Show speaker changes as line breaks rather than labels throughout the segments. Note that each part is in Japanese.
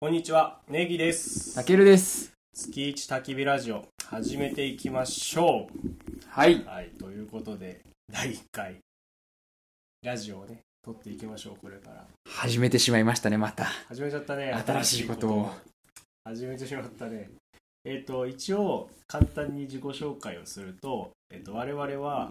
こんにちは、ネギです。
たけるです。
月一焚き火ラジオ、始めていきましょ
はい。
う。はい、ということで、第1回、ラジオをね、撮っていきましょう、これから。
始めてしまいましたね、また。
始めちゃったね。
新しいことを。
始めてしまったね。えっ、と、一応、簡単に自己紹介をすると、えっ、と、我々は、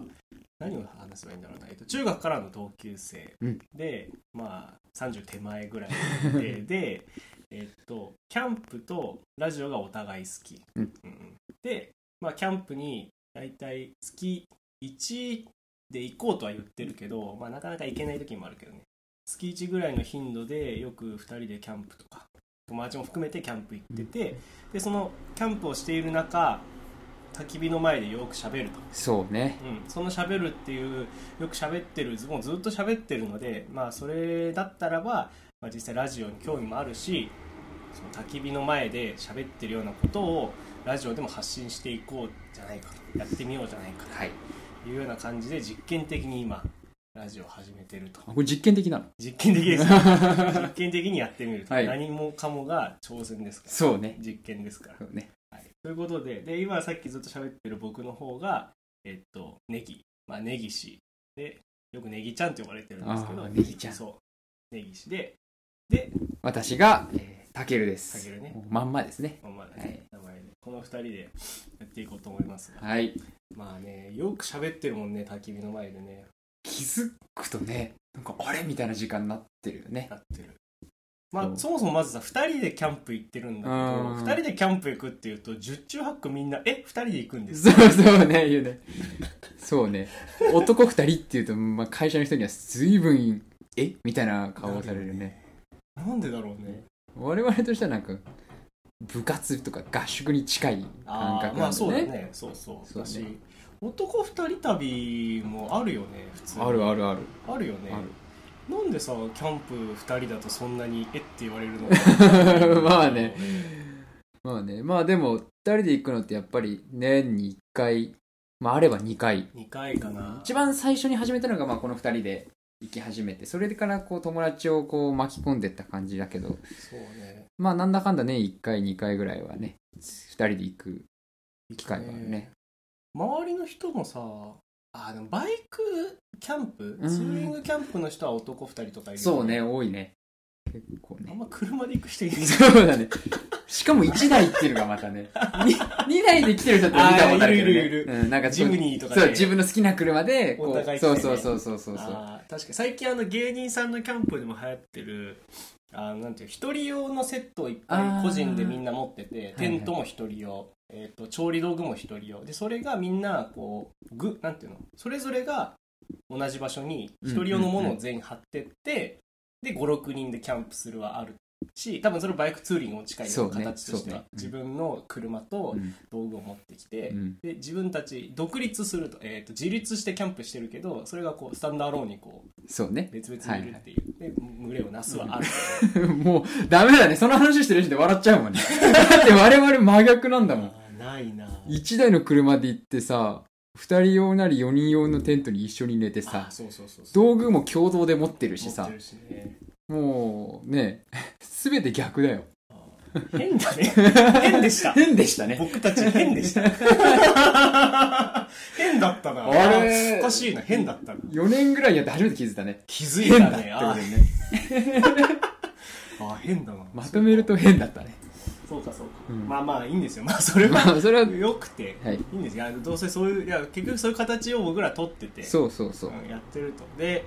何を話せばいいんだろうな。えっ、と、中学からの同級生
うん
で、まあ、30手前ぐらいの 年齢で、えっと、キャンプとラジオがお互い好き。
うん
うんで、まあ、キャンプに、大体月1で行こうとは言ってるけど、まあ、なかなか行けない時もあるけどね。月1ぐらいの頻度でよく2人でキャンプとか友達も含めてキャンプ行ってて、でそのキャンプをしている中焚き火の前でよく喋ると、
そうね。
うん、その喋るっていうよく喋ってるもうずっと喋ってるので、まあ、それだったらば、まあ、実際ラジオに興味もあるしその焚き火の前で喋ってるようなことをラジオでも発信していこうじゃないかとやってみようじゃないか
はい。
というような感じで実験的に今ラジオを始めてると
あこれ実験的なの
実験的です、 実験的にやってみると、
はい
何もかもが挑戦ですから
そうね。
実験ですから、
そうね。
はい、ということでで今さっきずっと喋ってる僕の方がえっとネギまあネギ師でよくネギちゃんって呼ばれてるんですけ
あ
ど
ーネギちゃん
そうネギ師でで
私が、えーたけるで
た
す。
けるね
もうまんまですね。
まあまあ
はい
ね名前でこの2人でやっていこうと思いますが
はい。
まあねよく喋ってるもんね焚き火の前でね
気づくとね、なんかあれみたいな時間になってるよね。
なってるま
そ
あ
う
そもそもまずさ2人でキャンプ行ってるんだけど
うん
2人でキャンプ行くっていうと十中八九みんな「え2人で行くんです
そう
か?」
そうね、言うね。そうね。男二人っていうと、まあ、会社の人には随分、えみたいな顔をされるね。
なんでだろうね
我々としてはなんか、部活とか合宿に近い感
あー
覚なんで、ね。
まあそうだねそうそう
そう
だ
だね
し、男2人旅もあるよね普通に
あるあるある。
あるよね
ある。
なんでさキャンプ2人だとそんなに「えっ?」て言われるの
まあねまあね、まあでも、二人で行くのってやっぱり年に一回、まああれば二回。
2回かな
一番最初に始めたのが、まあこの二人で行き始めて、それからこう友達をこう巻き込んでった感じだけど、
そうね
まあなんだかんだね、一回、二回ぐらいはね、二人で行く機会があるね。
周りの人もさあでもバイクキャンプツ
うん
ーリングキャンプの人は男2人とかいるよ
そうね、多いね。結構
あ
ね
ん。ま車で行く人いない
そうだね。しかも一台っていうのがまたね、に二台で来てる人って見たことあるけど、ね。
あーいるいるい
うん、なんか
ジ
そう
ムニーとか
そう、
ね
自分の好きな車で、こ
お互
う、
い来てね
そうそうそうそうそうそう。
あー確かに最近あの芸人さんのキャンプでも流行ってるあーなんていう一人用のセットをいっぱ
あー
い個人でみんな持ってて
い
テントも一人用、えー、と調理道具も一人用でそれがみんなこうぐなんていうのそれぞれが同じ場所に一人用のものを全員貼ってって、で56人でキャンプするはあるし多分それバイクツーリングも近いような
そうね
形としては、
そうねうん
自分の車と
うん
道具を持ってきて、
うん
で自分たち独立すると,、えー、と自立してキャンプしてるけどそれがこうスタンダーローンにこう
そうね。
別々にいるっていう、で群れをなすはある、
もう、ダメだね。その話してる人で笑っちゃうもんね。だって我々真逆なんだもん。
あーないな
一台の車で行ってさ、二人用なり四人用のテントに一緒に寝て
あ
さ
ー、そうそうそうそう
道具も共同で持ってるし
持っ
さ
て、るしね
もうね、 すべて逆だよ。
あー変だね変でした
変でしたね。
僕たち変でした 変だったな
あれ
ーおかしいな変だったな
4年ぐらいやって初めて気づいたね。
気づい
変だ
た
って
ね
こと
あ
で
ー
ね。
あー変だな
まとめると変だったね。
そうかそうか、
うん
まあまあいいんですよまあそれは
まあ、それは、
よくて、
はい
い、いんですよいやどうせそういういや結局そういう形を僕ら取ってて
そうそうそう。
うんやってるとで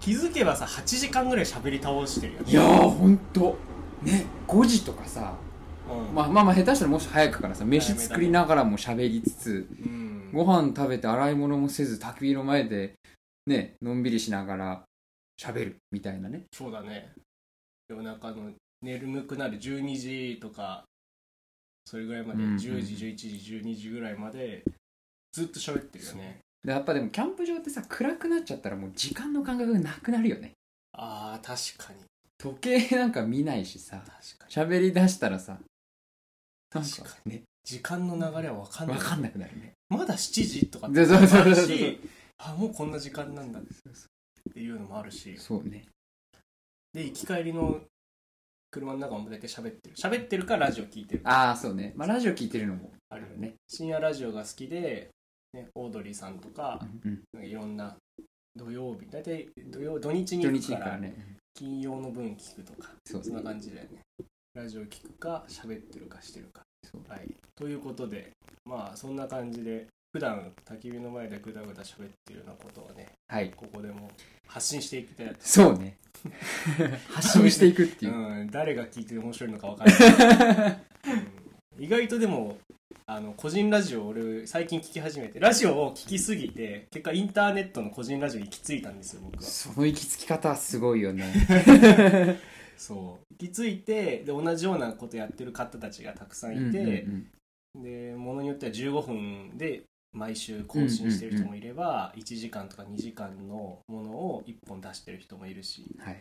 気づけばさ8時間ぐらい喋り倒してるよね
いやー、ほんと。ね、5時とかさ、
うん
まあまあまあ下手したらもし早くからさ、飯作りながらも喋りつつ、
うん
ご飯食べて洗い物もせず焚き火の前でねのんびりしながら喋るみたいなね
そうだね夜中の眠くなる12時とかそれぐらいまで、
うんう
10
ん
時11時12時ぐらいまでずっと喋ってるよね
でやっぱでもキャンプ場ってさ暗くなっちゃったらもう時間の感覚がなくなるよね
あー確かに
時計なんか見ないしさ
確かに
喋り出したらさなん
確か
ね
時間の流れは分かんな
分
い
かんなくなるね
まだ7時とかって
でそうそう
ある
そうそう
しあもうこんな時間なんだっていうのもあるし
そうね
で行き帰りの車の中も大体喋ってる喋ってるかラジオ聞いてる
ああそうねまあラジオ聞いてるのも
あるよね深夜ラジオが好きで、ね、オードリーさんとか
うん
なんかいろんな土曜日大体土曜土日に
土
行く
日
か
だかららね
金曜の分聞くとか
そう
そんな感じだよねラジオ聞くか喋ってるかしてるか
そう
はいということでまあそんな感じで普段焚き火の前でぐだぐだ喋ってるようなことをね
はい
ここでも発信していきたいなと
そ うね発信していくっていうう、
ん、誰が聞いて面白いのか分からない、うん意外とでもあの個人ラジオ俺最近聞き始めてラジオを聞きすぎて結果インターネットの個人ラジオに行き着いたんですよ僕は
その行き着き方はすごいよね
そう行き着いてで同じようなことやってる方たちがたくさんいて、
うんうんうん
でものによっては15分で毎週更新してる人もいれば、1時間とか2時間のものを1本出してる人もいるし
はい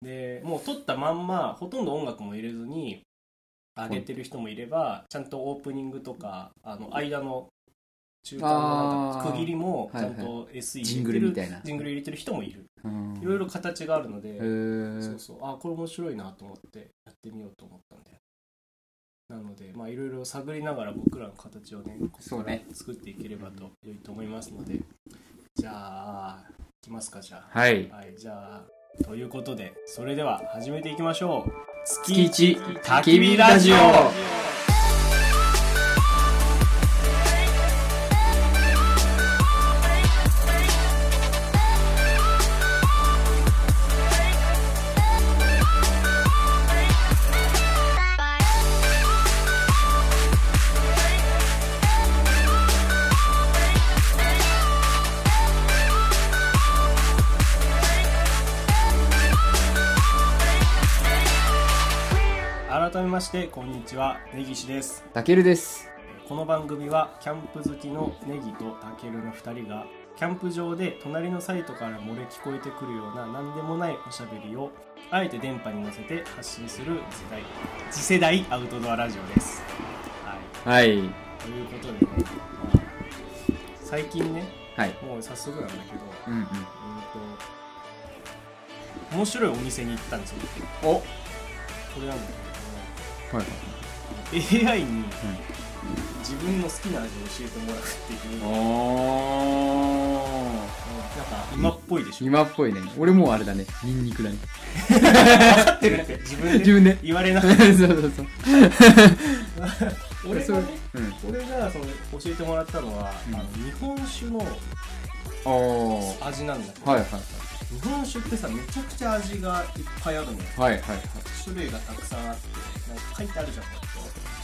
でもう撮ったまんまほとんど音楽も入れずに上げてる人もいればちゃんとオープニングとかあの間の中間のなん
あ
か
ー
区切りもちゃん
はい
と SE
ジ
入れ
ン
て
グル
る
みたいな
ジングル入れてる人もいる
うん
いろいろ形があるので
へー
そうそうあこれ面白いなと思ってやってみようと思ったんだよなのでまあいろいろ探りながら僕らの形をねここ
そ
か
う
ら
ね
作っていければと良いと思いますのでじゃあいきますかじゃあ
はい
はいじゃあということでそれでは始めていきましょう
月一焚き火ラジオ
改めましてこんにちは根岸です
たけるです
この番組はキャンプ好きのネギとタケルの2人がキャンプ場で隣のサイトから漏れ聞こえてくるような何でもないおしゃべりをあえて電波に乗せて発信する次世代次世代アウトドアラジオです。は
はい
い、ということでね、まあ最近ね
はい
もう早速なんだけど、
うんうん
うん、と面白いお店に行ったんですよ。
おはい
これなんだ
はい
AI に自分の好きな味を教えてもらうっていう。
お
なんか今っぽいでしょ
今っぽいね俺もうあれだねニンニクだね
分かってるって自分
自
で
分で
言われな
そ
かっ
う そうそう
た俺
そ
が
れ
ね
うん
俺がその教えてもらったのは、
うん
あの日本酒の
おー
味なんだけど、
はいはいはい
日本酒ってさめちゃくちゃ味がいっぱいあるのよ
はいはいはい
種類がたくさんあってなんか書いてあるじゃん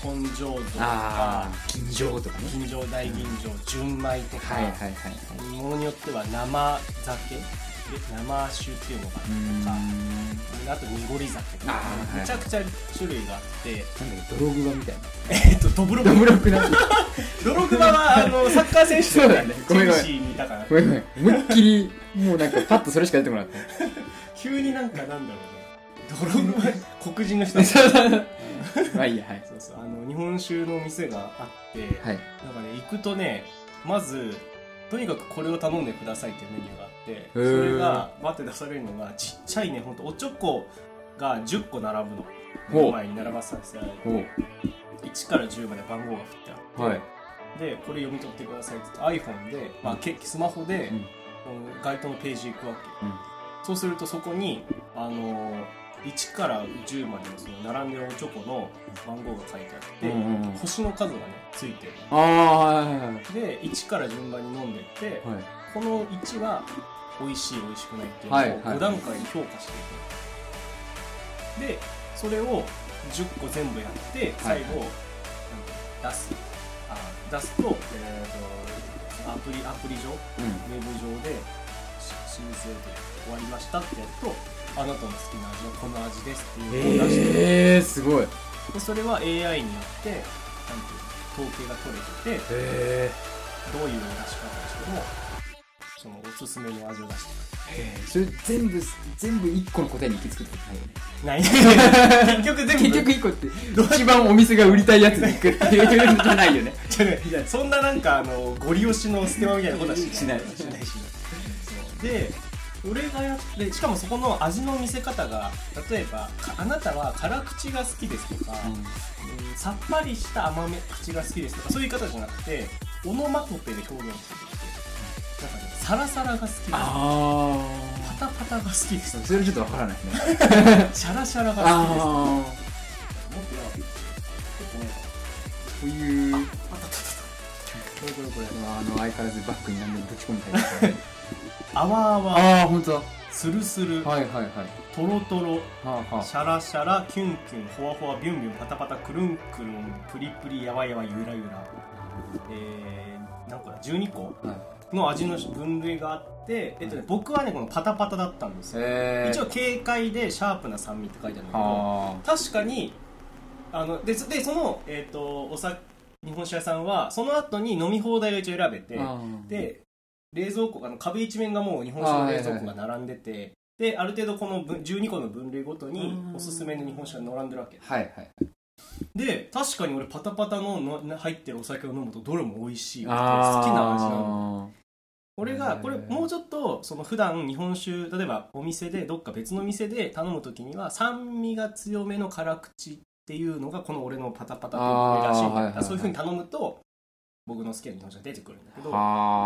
本醸造とか
ああ金城とかね
金醸大吟醸純米とか、
はいはいはいはい
ものによっては生酒で生酒っていうのが
うーん
あ
なんだ
あと濁り酒とか
あーはい
めちゃくちゃ種類があって、
っけドログバみたい な
えっと、ドブロック
ドブログだ
泥熊はあのサッカー選手だよね、チ
そうだねごめん
ェル
ごめん
シーにいたから、
ごめんごめん思いっきりもうなんかパッとそれしか出てこなかっ
急になんかなんだろうね、泥熊、黒人の人だ
た
った
そうそうそうまあいいやはい
そうそうあの日本酒の店があって、
はい
なんかね、行くとね、まず、とにかくこれを頼んでくださいっていうメニューがあって、そ
ー
れが、バって出されるのが、ちっちゃいね、ほんと、おちょこが10個並ぶの、
ほう
目の前に並ばさせてある
お
1から10まで番号が振ってあって、
はい
でこれ読み取ってくださいって言って iPhone で、まあ、けスマホで、
うん
この該当のページ行くわけ
うん
そうするとそこに、あのー1から10までのその並んでるおちょこの番号が書いてあって、
うんうんうん
星の数がねついてる
ああーはいはいはい
で1から順番に飲んでって、
はい
この1は美味しい美味しくないっていう
はい
のを
はい
5段階で評価していく、でそれを10個全部やって
はい
最後、なんか出すあ出すと,、えー、とアプリアプリ上ウ
うん
ェブ上でし申請で終わりましたってやるとあなたの好きな味はこの味ですっていうのを出して、
えー、すごい
でそれは AI によってなんていうの統計が取れてて
え
どういう出し方をしてもそのおすすめの味を出してくれる
ー、それ全部全部一個の答えに行き着くってことないよね
ない 結局全部
結局一個って一番お店が売りたいやつに行くっていうのじゃないよね
じゃねそんななんかあのゴリ押しのステマみたいなことはしない
しな
しな
い
いしないそうで俺がやってしかもそこの味の見せ方が例えばかあなたは辛口が好きですとか、うんさっぱりした甘め口が好きですとかそういう言い方じゃなくてオノマトペで表現してくれてなんかねサラサラが好きですパ
あ
タパタが好きです
あそれはちょっとわからないね
シャラシャラが好
ああ
きですもっとやばいちょっとね
こういうの
あたたたたこれこれこれ
はあの相変わらずバッグに何でもぶち込むタイプ
あわあわ
ああ本当だ
スルスル
はいはいはい
トロトロ
はあは
シャラシャラキュンキュンホワホワビュンビュンパタパタクルンクルンプリプリやわやわゆらゆらえー、なんか12個
あ、はい、
の味の分類があって、えっとね、僕はねこのパタパタだったんですよ、
えー、
一応軽快でシャープな酸味って書いてあるんだけど
は
確かにあのででその、えっとおさ日本酒屋さんはその後に飲み放題が一応選べて
ああー
で冷蔵庫あの壁一面がもう日本酒の冷蔵庫が並んでて、である程度この分12個の分類ごとに
うん
おすすめの日本酒が並んでるわけ
はいはい
で確かに俺パタパタののな入ってるお酒を飲むとどれも美味しい好き
あー
な味なの俺が
へー
これもうちょっとその普段日本酒例えばお店でどっか別の店で頼む時には酸味が強めの辛口っていうのがこの俺のパタパタというらしいんだ
あーはいはいはい
そういうふうに頼むと僕の好きな日本酒が出てくるんだけど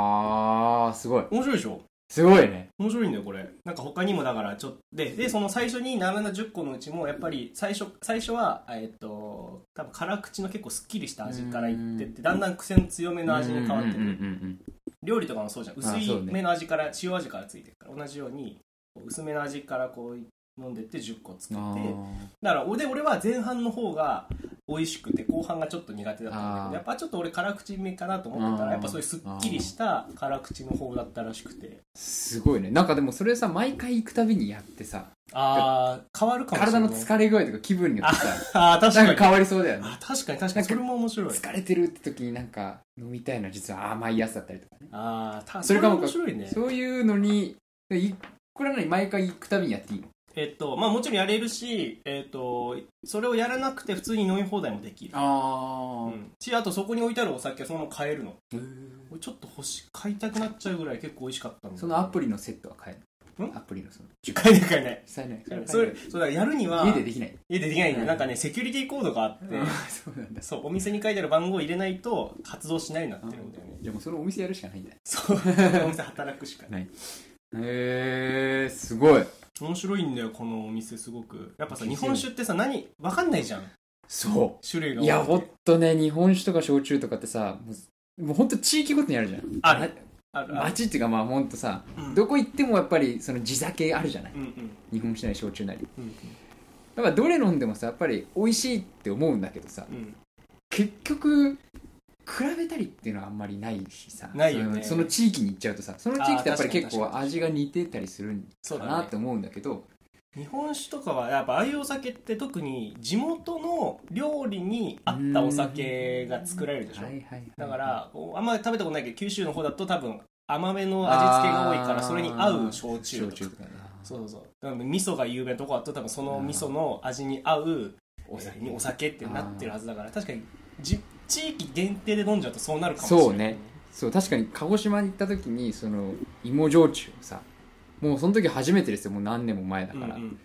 はあすごい
面白いでしょ
すごいね
面白いんだよこれなんか他にもだからちょっとででその最初に並んだ10個のうちもやっぱり最初最初はえっと多分辛口の結構すっきりした味からいってってだんだん癖の強めの味に変わってく
うんうん
る料理とかもそうじゃん
あ
薄い
そうね
めの味から塩味からついてるから同じようにこう薄めの味からこう飲んでって10個作
うんうん
って
あ
だから俺俺は前半の方が美味しくて後半がちょっと苦手だったんだけ
あ
ど
ー
やっぱちょっと俺辛口めかなと思ってた
あ
ら
ー
やっぱそういうすっきりした辛口の方だったらしくて
ーすごいねなんかでもそれさ毎回行くたびにやってさ
ああ変わるかもしれな
体
い
の疲れ具合とか気分によってさ
ああ確
な
か
ん
に
か変わりそうだよね
あ確かに確かにそれも面白い
疲れてるって時になんか飲みたいのは実は甘いやつだったりとかね
ああたそ
そ
れ
れ
が
か
面白いね
そういうのにいこれは何毎回行くたびにやっていいの
えっとまあもちろんやれるしえっとそれをやらなくて普通に飲み放題もできるう
あ
んしあとそこに置いてあるお酒はそのまま買えるの俺ちょっと欲しい買いたくなっちゃうぐらい結構美味しかったんだよね
そのアプリのセットは買える
ん
アプリのその
買えない買えない
実際ね
それそうだからやるには
家でできない
家でできないんだ
う
よ
ん
なんかねセキュリティコードがあって
あー そうなんだ
そうお店に書いてある番号を入れないと活動しないようになってるんだよね
じゃあもうそのお店やるしかないんだへ
そう そのお店働くしかない
えー、すごい
面白いんだよこのお店すごくやっぱさ
気づい
日本酒ってさ何わかんないじゃん
そ
種類
う
が
いや
多く
ほん
て
とね日本酒とか焼酎とかってさもうもうほんと地域ごとにあるじゃん
あるあるある
街っていうかまあほんとさ
うん
どこ行ってもやっぱりその地酒あるじゃない
うんうん
日本酒なり焼酎なり
うん
だからどれ飲んでもさやっぱり美味しいって思うんだけどさ
うん
結局比べたりっていうのはあんまりないしさ
ないよね
そのその地域に行っちゃうとさその地域ってやっぱ
あー確
り
か
結
に
構味が似てたりするん
そ
か
うだ
な
ね
って思うんだけど
日本酒とかはやっぱああいうお酒って特に地元の料理に合ったお酒が作られるでしょ
はいはいはい
だからこうあんまり食べたことないけど九州の方だと多分甘めの味付けが多いからそれに合う焼酎
焼
と
酎
か
とかね
そうそうそうだから味噌が有名なとこだと多分その味噌の味に合うお酒にお酒ってなってるはずだから確かにじ地域限定で飲んじゃうとそうなるかもしれない
そうねそう確かに鹿児島に行った時にその芋焼酎をさもうその時初めてですよもう何年も前だ
う
か
んう
ら、
ん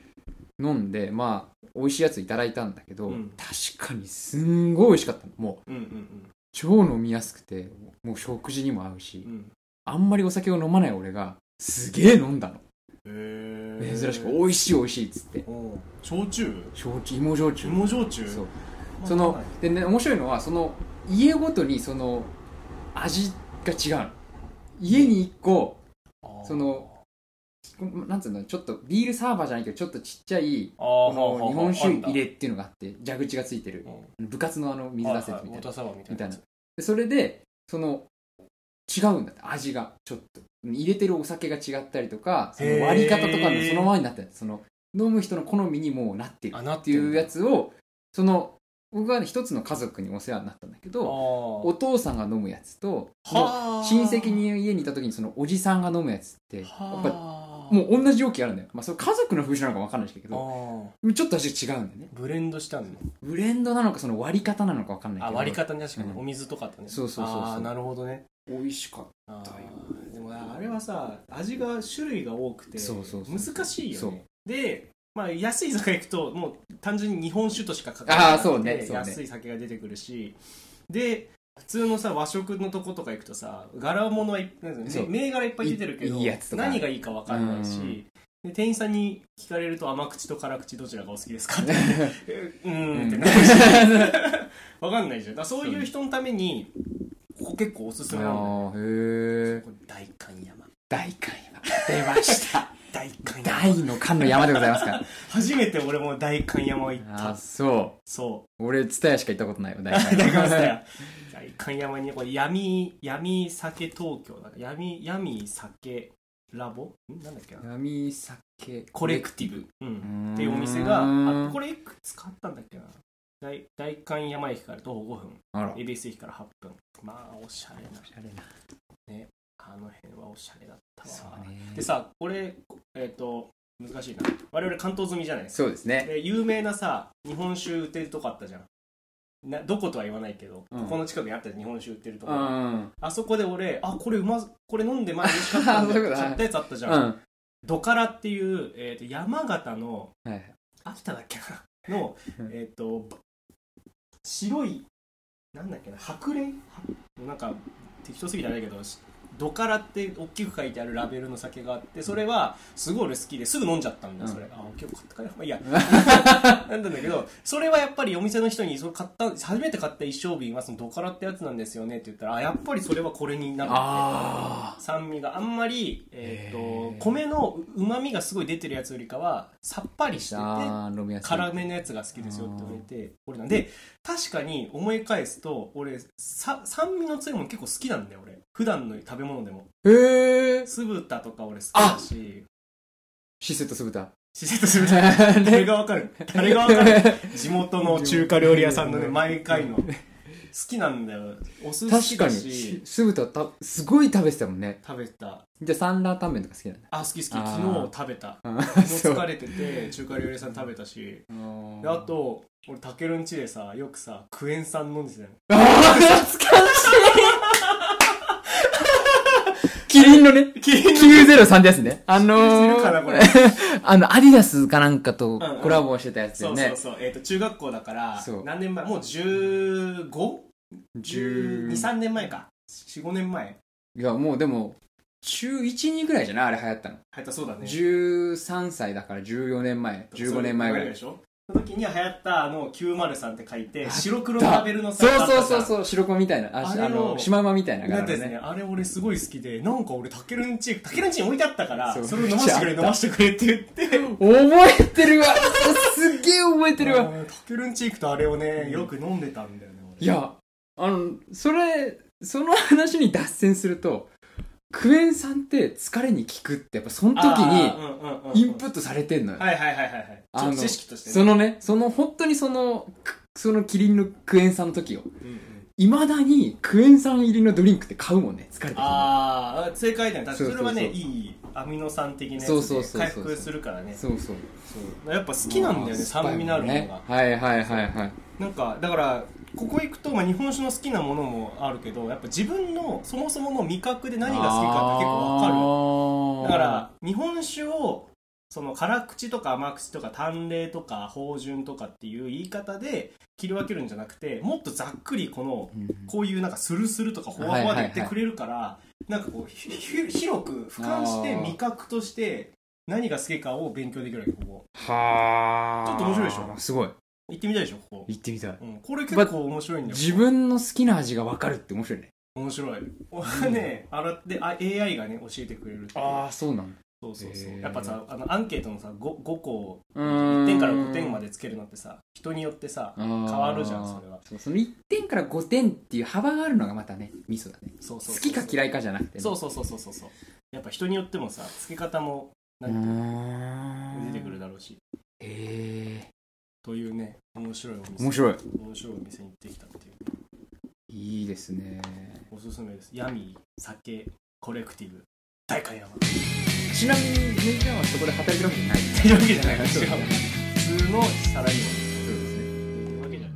飲んでまあ美味しいやついただいたんだけど、
うん
確かにすんごい美味しかったのもう
うんうん
超飲みやすくてもう食事にも合うし、
うんうん
あんまりお酒を飲まない俺がすげえ飲んだの
へ
珍しく
い
美味しい美味しいっつって
焼酎
焼酎芋焼酎
芋焼酎
そう
まあ
そ
は
の
い
でね面白いのはその家ごとにその味が違うの家に1個
あー
そのなんつうのちょっとビールサーバーじゃないけどちょっとちっちゃい
あー
この日本酒入
あ
れっていうのがあって蛇口がついてる
んだ
部活のあの水出せ
はいはい
みたいな
お茶様みたいな
みた
や
いな
つ
でそれでその違うんだって味がちょっと入れてるお酒が違ったりとかその割り方とか
へ
の
ー
そのままになってるその飲む人の好みにもうなってる
あな
っ
って
いうやつをその僕がね一つの家族にお世話になったんだけどお
お
父さんが飲むやつと
はあ
親戚に家にいた時にそのおじさんが飲むやつってやっぱ
はあ
もう同じ容器あるんだよ、まあ、それ家族の風習なのか分かんないけど
あ
ちょっと味違うんだよね
ーブレンドしたんだ
ブレンドなのかその割り方なのか分かんないけど
あ割り方ね確かに
うん
お水とかとね
そうそうそうそう
あーなるほどね
美味しかっ
あー
だよ
でもああれはさ味が種類が多くて
そうそうそう
難しいよ
そう
ねで、まあ、安い酒行くともう単純に日本酒としか書か
あ
ない
ーそうねそうね
安い酒が出てくるしで普通のさ和食のとことか行くとさ柄物はいっぱいなんです
そ
よ
う
銘柄いっぱい出てるけど
いいいやつとか
何がいいか分かんないし、
うん
で店員さんに聞かれると甘口と辛口どちらがお好きです かってえ うーんって
うん
なるし分かんないじゃんだからそういう人のためにここ結構おすすめなんだよ
あーへえ
これ大観山
大観山出ました
大観山
大の観の山でございますから
初めて俺も大観山行っ
あ
た
そ
そう
俺蔦屋しか行ったことないわ大観
大観山 や大観山にこれ闇闇酒東京だね闇闇酒ラボんなんだっけな
闇酒
コレクティブ、う、
うんん
っていうお店があこ
れ
れいくつかあったんだっけな大大観山駅から徒歩5分
あら
恵比寿駅から8分まあおしゃれな
おしゃれな
あの辺はおしゃれだったわ、
そうね
でさこれえっ、と難しいな我々関東済みじゃないですか
そうですね
で有名なさ日本酒売ってるとこあったじゃんなどことは言わないけど、
うん
ここの近くにあったじゃん日本酒売ってると
う
こ、
ん
あそこで俺あこれうまずこれ飲んで前美味しかったんだ
そういうことだ
買ったやつあったじゃ、
うんん
ドカラっていう、えー、と山形の
はい
秋田だっけなの
うん
えっ、とば白いなんだっけな白蓮はなんか適当すぎてあれだけどしドカラって大きく書いてあるラベルの酒があってそれはすごい俺好きですぐ飲んじゃったんだよそれ、あ今日買って帰ろうまあい いや なんだけどそれはやっぱりお店の人にそれ買った初めて買った一升瓶はそのドカラってやつなんですよねって言ったらあやっぱりそれはこれになるって
あ
酸味があんまり、えーと
へー
米のうまみがすごい出てるやつよりかはさっぱりしてて
あー飲みやすい
辛めのやつが好きですよって言われて俺なんで確かに思い返すと俺さ酸味の強いもの結構好きなんだよ俺普段の食べ物でも
へえ
酢豚とか俺好きだし
シセと酢豚
しせと酢豚 誰がわかる誰 がわかる地元の中華料理屋さんのね毎回の好きなんだよお酢好き
確か
だ
に
し
し酢豚たすごい食べてたもんね
食べた
じゃあサンラータンメンとか好きなんだ
あ好き好き昨
あー
日食べた
うん
昨日
う
疲れてて中華料理屋さん食べたしであ
あ
と俺たけるんちでさよくさクエン酸飲んでたよ
あー懐かしいキリンのね
キリン
903ですねあの
知るかなこれ
ー あのアディダスかなんか
う
と
んうん
コラボしてたやつ
そ
だよ
うそ
ね
うそう、えっと中学校だから
そう
何年前もう 15?123
10
年前か45年前
いやもうでも中12ぐらいじゃないあれ流行ったの
流行ったそうだね
13歳だから14年前15年前ぐら
そうう
い
でしょその時に流行ったあの903って書いて白黒
だ
ラベルのさ
そうそうそう
う
そう白子みたいなあ
あ
し
れを
あのシマウマみたいな
だ
柄
っ
の
てね、あれ俺すごい好きで、なんか俺、たけるんち、たけるんちに置いてあったから、
そ
そうれを飲ましてくれ、 飲
めっちゃあ
ましてくれって言って、
覚えてるわすっげえ覚えてるわ
うんタケルンチークとあれをねよく飲んでたんだよね俺
いやあのそれその話に脱線するとクエン酸って疲れに効くってやっぱその時
あ
に
ーうんうんうんうん
インプットされてんのよ
はいはいはいはいはいちょっ
あの
と知識として
そ
ね
のねその本当にそのくそのキリンのクエン酸の時よ
うんうん
いまだにクエン酸入りのドリンクって買うもんね疲れてる
ああ正解だよね確かにそ
そ
うれ
そうそ
は
う
ねいいアミノ酸的なや
そうそう
つ
そ
で
うそ
回
う
復するからね
そうそう
やっぱ好きなんだよね
酸っぱい
酸味のあるものが
はいはいはいはい
なんかだからここ行くと、まあ、日本酒の好きなものもあるけどやっぱ自分のそもそもの味覚で何が好きかって結構わかるだ
わ
から日本酒をその辛口とか甘口とか淡麗とか芳醇とかっていう言い方で切り分けるんじゃなくてもっとざっくりこのこういうなんかスルスルとかほわほわで言ってくれるから、なんかこうひひ広く俯瞰して
あー
味覚として何が好きかを勉強できるわけここ
は
ち
あ
ょっと面白いでしょ
すごい
行ってみたいでしょここ、
行ってみたい
うん、これ結構面白いんだよ
自分の好きな味がわかるって面白いね
面白い俺 ね洗ってあ AI がね教えてくれるっていう
あそうなんだ
そうそうそ
へ
う
ー
やっぱさあのアンケートのさ 5, 5個を
うーん
1点から5点までつけるのってさ人によってさ
変
変わるじゃんそれは
そうその1点から5点っていう幅があるのがまたねミソだね
そうそう
好
そう
きか嫌いかじゃなくてね
そうそうそうそうそうそうやっぱ人によってもさつけ方も
う
何
ーん
出てくるだろうし
へえ
というね面白いお店
面白い
面白いお店に行ってきたっていう
いいですね
おすすめです闇酒コレクティブ大会山
ちなみにメイちゃんはそこで働いてるわけじゃない
というわけじゃない違う
そう
普通のサラリー
そうですね
マンというわけじゃ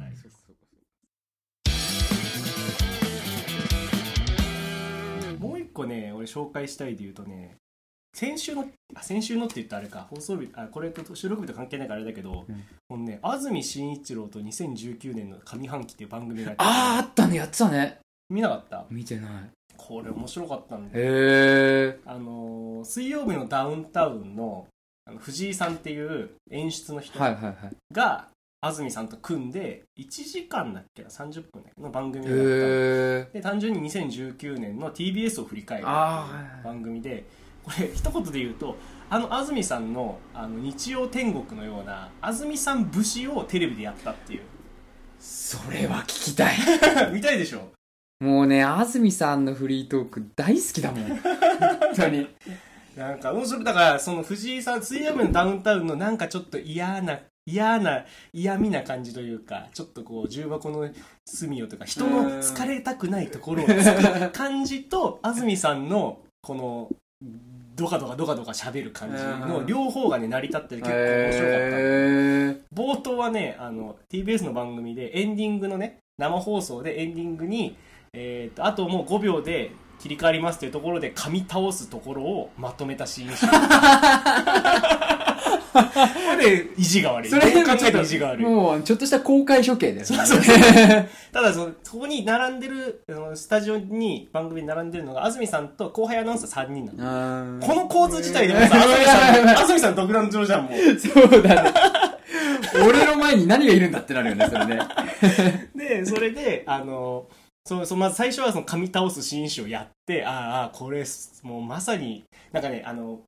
ないもう一個ね俺俺紹介したいで言うとね先週のあ先週のって言ったらあれか放送日あこれと収録日と関係ないからあれだけど、
うん
もうね安住紳一郎と2019年の上半期っていう番組がやってて
あーあったねやってたね
見なかった
見てない
これ面白かったんだよ
へえ
あのー水曜日のダウンタウンのあの藤井さんっていう演出の人
はいはいはい
が安住さんと組んで1時間だっけな30分だっけの番組
へ
だったの
え
で単純に2019年の TBS を振り返るってい
あーはいはいう
番組でこれ一言で言うとあの安住さんのあの日曜天国のような安住さん節をテレビでやったっていう
それは聞きたい
見たいでしょ
もうね安住さんのフリートーク大好きだも ん本当に
なんかうんそれだからその藤井さん水曜日のダウンタウンのなんかちょっと嫌な嫌な嫌味な感じというかちょっとこう重箱の隅をとか人の疲れたくないところをつく感じと安住さんのこのドカドカドカドカ喋る感じの両方がね成り立ってて結構面白かったんで
へ
冒頭はねあの TBS の番組でエンディングのね生放送でエンディングに、えーとあともう5秒で切り替わりますというところで噛み倒すところをまとめたシーン集 これ意地が悪
え
い
それ
どう考えても意地が悪い
もうちょっとした公開処刑だよね
ただそのそこに並んでるあのスタジオに番組に並んでるのが安住さんと後輩アナウンサー3人なの
うん
この構図自体でもさ安住さん安住さん独断上じゃ んもう
そうだね。俺の前に何がいるんだってなるよね、それね。
でそれであのそうそうまず最初はその噛み倒す紳士をやってあーあーこれすもうまさになんかねあの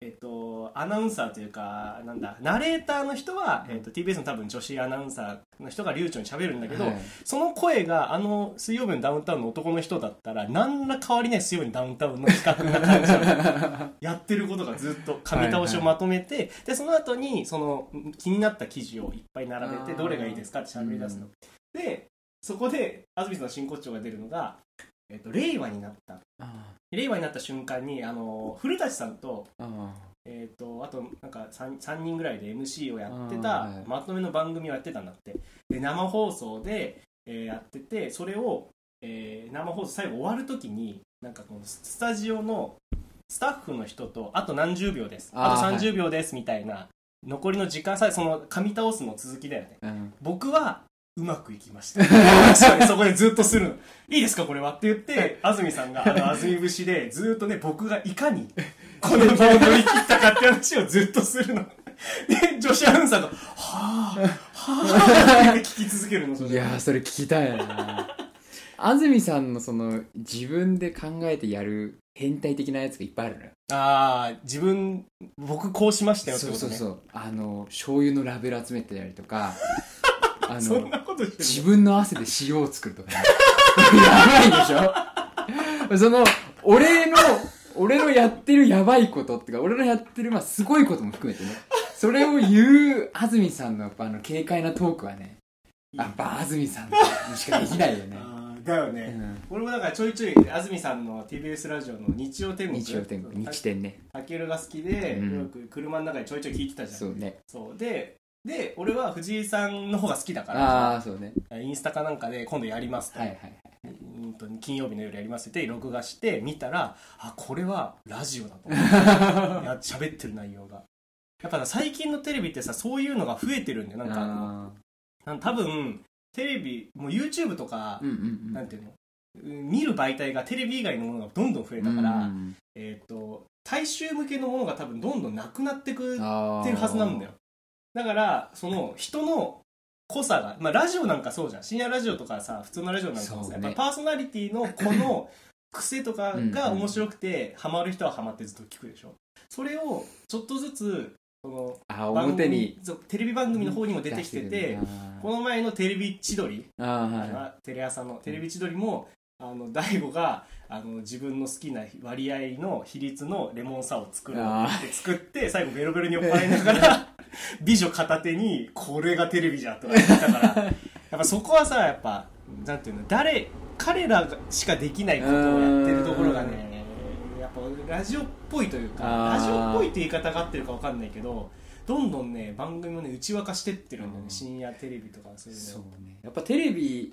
えっとアナウンサーというかなんだナレーターの人は、えっと、TBS の多分女子アナウンサーの人が流暢に喋るんだけど、
はい
その声があの水曜日のダウンタウンの男の人だったら何ら変わりない水曜日のダウンタウンの企画な感じなの やってることがずっと紙倒しをまとめて、でその後にそのん気になった記事をいっぱい並べて
あー
どれがいいですかって喋り出すの。でそこで安住さんの真骨頂が出るのが、えっと令和になった
あ
令和になった瞬間にあの古舘さんと,、
ああ
えっとあとなんか 3, 三人ぐらいで MC をやって
あ
た
ーはい
まとめの番組をやってたんだってで生放送で、えーやっててそれを、えー生放送最後終わるときになんかこのスタジオのスタッフの人とあと何十秒ですあ
あー
と30秒ですみたいな、残りの時間さえその噛み倒すの続きだよね
あうん
僕はうまくいきま したそうそこでずっとするのいいですかこれはって言って安住さんがあの安住節でずっとね僕がいか にこの場を乗り切ったかって話をずっとするので女子アナウンサーが「はあはあ」って聞き続けるのそれ
いやー、それ聞きたいな。安住さんのその、自分で考えてやる変態的なやつがいっぱいあるのよ。
ああ自分僕こうしましたよって
そ
こと
うそう
ね
そう。あの、醤油のラベル集めてたり とか、あ
そ
の
ん、なことしてる
自分の汗で塩を作るとか、ね、やばいでしょその俺の俺のやってるやばいことっていうか俺のやってるまあすごいことも含めてねそれを言う安住さんのやっぱあの軽快なトークはねやっぱ安住さんにしかできないよね、
あーだよ
う
ね、
ん、
俺もだからちょいちょい安住さんの TBS ラジオの日曜天国
日曜天国日天ね
タケルが好きで、
うん
よく車の中でちょいちょい聞いてたじゃん
そうね
そうでで俺は藤井さんの方が好きだか
ああそうね
らインスタかなんかで今度やりますと,、
はいはい
うんと金曜日の夜やりますって言って録画して見たらあこれはラジオだと思っていや喋ってる内容がやっぱな最近のテレビってさそういうのが増えてるん だよなんか
あ
なん多分テレビもう YouTube とか
ー、うんうんうん
なんていうのうん見る媒体がテレビ以外のものがどんどん増えたから、
うん
えっ、と大衆向けのものが多分どんどんなくなってく
あー
ってるはずなんだよだからその人の濃さが、まあ、ラジオなんかそうじゃん深夜ラジオとかさ普通のラジオなんかも
そ
さ、
う
や
ね
っぱパーソナリティのこの癖とかが面白くてハマる人はハマってずっと聞くでしょそれをちょっとずつその
あー表に
番組そうテレビ番組の方にも出てきてて
出るね
この前のテレビ千鳥、
あーあー
あ
はい
のテレ朝のテレビ千鳥もあの大悟があの自分の好きな割合の比率のレモンサワーを作ろう
あ
って作って最後ベロベロに酔っ払いなが ら美女片手にこれがテレビじゃとか言ってたからやっぱそこはさやっぱなんていうの誰彼らがしかできないことをやってるところがねやっぱラジオっぽいというか
あー
ラジオっぽいって言い方が合ってるかわかんないけどどんどんね番組もね内ち化してってるんだよね、
うん
深夜テレビとかそういうの
そうねやっぱテレビ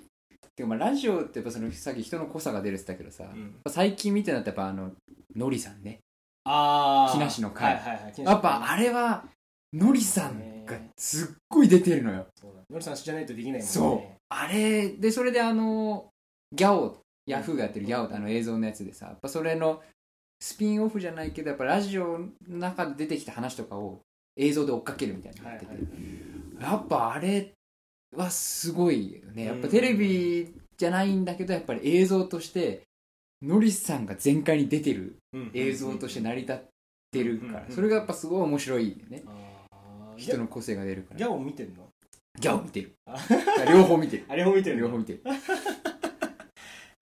てかまあラジオってやっぱそのさっき人の濃さが出るって言ったけどさ、
うん
最近見てなったやっぱあののりさんね
ああ
木梨の会
はいはいはい、木梨の
やっぱあれはのりさんがすっごい出てるのよ
そうだノリさん知らないとできないもんね
そうあれでそれであのギャオヤフーがやってるギャオってあの映像のやつでさやっぱそれのスピンオフじゃないけどやっぱラジオの中で出てきた話とかを映像で追っかけるみたいなの
は
や
い
っ
は
て
い
て、やっぱあれはすごいよねやっぱテレビじゃないんだけどやっぱり映像としてノリさんが全開に出てる
うん
映像として成り立ってるから
うん
それがやっぱすごい面白いよね
あー
人の個性が出るから
ギャオ見てんの
ギャオ見 てる
あ
両方見てる
あれも見てる
両
の
方見てる